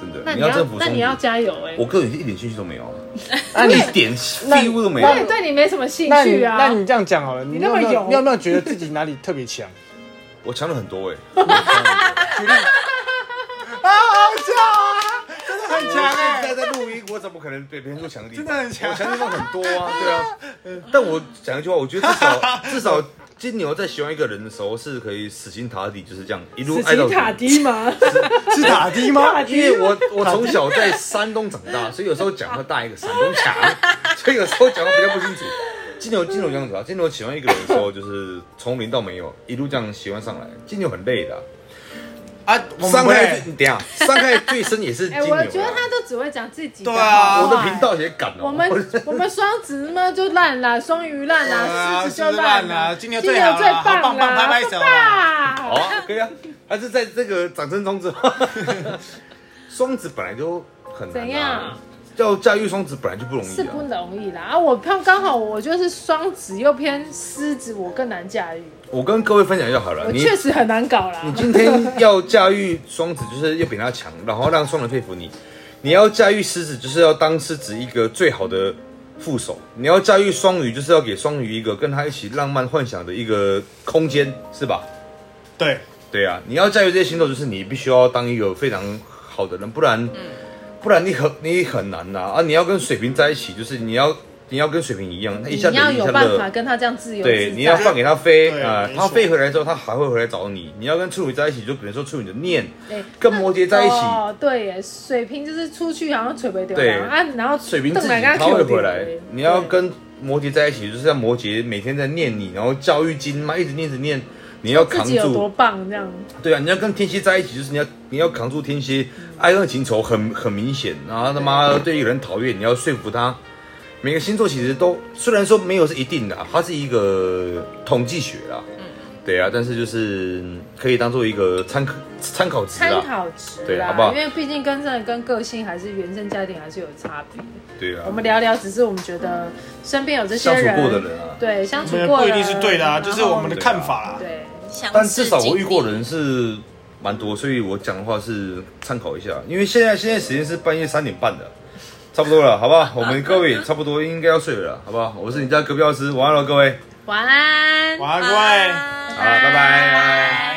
Speaker 1: 真
Speaker 2: 那
Speaker 1: 的。
Speaker 2: 你
Speaker 1: 要
Speaker 2: 要
Speaker 1: 征服
Speaker 2: 那
Speaker 1: 双
Speaker 2: 你要
Speaker 1: 子，
Speaker 2: 加油哎、
Speaker 1: 我个人一点兴趣都没 有啊，那你一点 feel 都没有
Speaker 2: 我。也对你没什么兴
Speaker 3: 那你
Speaker 2: 趣啊。
Speaker 3: 那你这样讲好了，你
Speaker 2: 那
Speaker 3: 有
Speaker 2: 么
Speaker 3: 没有
Speaker 2: 有
Speaker 3: 你有没有觉得自己哪里特别强？
Speaker 1: 我强了很多哎，
Speaker 3: 啊，好笑啊， 真的很强
Speaker 1: 现
Speaker 3: 哎
Speaker 1: 在！在录音，我怎么可能比别人说强的地方？
Speaker 3: 真的很强
Speaker 1: 我强的地方很多啊，对啊。但我讲一句话，我觉得至 少至少金牛在喜欢一个人的时候是可以死心塌地，就是这样一路
Speaker 2: 死
Speaker 1: 爱到
Speaker 2: 心
Speaker 1: 底。
Speaker 2: 塌地吗？
Speaker 3: 是打的吗？
Speaker 1: 因为我我从小在山东长大，所以有时候讲话大一个山东腔，所以有时候讲话比较不清楚。金牛金牛这样子啊，金牛喜欢一个人的时候，就是从零到没有，一路这样喜欢上来。金牛很累的啊、
Speaker 3: 啊，我们
Speaker 1: 伤
Speaker 3: 不
Speaker 1: 害
Speaker 3: 累
Speaker 1: 最等一下伤害最深也是金
Speaker 2: 哎、
Speaker 1: 牛、啊
Speaker 2: 我觉得他都只会讲自己的
Speaker 3: 对啊
Speaker 2: 好
Speaker 1: 我
Speaker 2: 话
Speaker 1: 的频道也敢哦。
Speaker 2: 我们我们双子嘛就烂啦，双鱼烂啦，
Speaker 3: 啊
Speaker 2: 狮子就烂啦，
Speaker 3: 狮子烂啦金牛
Speaker 2: 最
Speaker 3: 最好啦
Speaker 2: 棒
Speaker 3: 好棒棒拍拍手
Speaker 2: 啦，
Speaker 1: 好啊，可以啊，还是在这个掌声中之 后，双子本来就很难、啊，
Speaker 2: 怎样？
Speaker 1: 要驾驭双子本来就不容易、啊，
Speaker 2: 是不容易啦。啊，我偏刚好我就是双子又偏狮子，我更难驾驭，
Speaker 1: 我跟各位分享一下好了，
Speaker 2: 我
Speaker 1: 啊你
Speaker 2: 确实很难搞啦
Speaker 1: 你。今天要驾驭双子，就是要比他强，然后让双人佩服你；你要驾驭狮子，就是要当狮子一个最好的副手；你要驾驭双鱼，就是要给双鱼一个跟他一起浪漫幻想的一个空间，是吧？
Speaker 3: 对，
Speaker 1: 对啊，你要驾驭这些星座，就是你必须要当一个非常好的人，不然，
Speaker 2: 嗯
Speaker 1: 不然你很你很难呐啊你要跟水瓶在一起，就是你要你要跟水瓶一样，他一
Speaker 2: 你
Speaker 1: 下
Speaker 2: 要
Speaker 1: 冷一
Speaker 2: 有
Speaker 1: 下
Speaker 2: 办法
Speaker 1: 热。
Speaker 2: 跟他这样自由
Speaker 1: 对，
Speaker 2: 自
Speaker 1: 你要
Speaker 2: 在
Speaker 1: 放给他飞
Speaker 3: 对
Speaker 1: 啊
Speaker 3: 没，
Speaker 1: 他
Speaker 3: 错
Speaker 1: 飞回来之后，他还会回来找你。你要跟处女在一起，就比如说处女的念，
Speaker 2: 对
Speaker 1: 跟摩羯在一起，
Speaker 2: 哎哦，对耶，水瓶就是出去好像捶背丢
Speaker 1: 对
Speaker 2: 人啊，然后
Speaker 1: 水瓶自己
Speaker 2: 邓来跟
Speaker 1: 他
Speaker 2: 他
Speaker 1: 会
Speaker 2: Q
Speaker 1: 回
Speaker 2: 掉
Speaker 1: 来
Speaker 2: 耶。
Speaker 1: 你要
Speaker 2: 对
Speaker 1: 跟摩羯在一起，就是让摩羯每天在念你，然后教育金嘛，一直念一直念，你要
Speaker 2: 自
Speaker 1: 扛
Speaker 2: 己有多
Speaker 1: 住。
Speaker 2: 棒这样，
Speaker 1: 对啊，你要跟天蝎在一起，就是你要你要扛住天蝎，
Speaker 2: 嗯
Speaker 1: 爱恨情仇很很明显，然后他妈的对一个人讨厌，你要说服他。每个星座其实都虽然说没有是一定的啊，它是一个统计学啦。
Speaker 2: 嗯
Speaker 1: 对啊，但是就是可以当做一个参考参考值
Speaker 2: 参
Speaker 1: 啦。
Speaker 2: 考值
Speaker 1: 对
Speaker 2: 啦，
Speaker 1: 好不好
Speaker 2: 因为毕竟跟真的跟个性还是原生家庭还是有差别。
Speaker 1: 对啊，
Speaker 2: 我们聊聊，只是我们觉得身边有这些
Speaker 1: 相处
Speaker 2: 人，
Speaker 1: 过的人啊，
Speaker 2: 对相处
Speaker 3: 我们
Speaker 2: 过的
Speaker 3: 不一
Speaker 2: 人
Speaker 3: 定是对的啊，
Speaker 2: 然
Speaker 3: 就是我
Speaker 2: 后
Speaker 3: 们的看法啦。
Speaker 2: 对。
Speaker 4: 嗯相
Speaker 1: 但
Speaker 4: 似
Speaker 1: 至少我
Speaker 4: 经
Speaker 1: 遇过
Speaker 4: 历
Speaker 1: 人是蛮多，所以我讲的话是参考一下，因为现在现在时间是半夜三点半的，差不多了，好不好？我们各位也差不多应该要睡了，好不好？我是你家隔壁老师，晚安了各位，
Speaker 3: 啊
Speaker 2: 晚安。
Speaker 3: 晚安，各
Speaker 4: 晚
Speaker 3: 位。
Speaker 1: 好，
Speaker 4: 安
Speaker 1: 拜拜，晚安。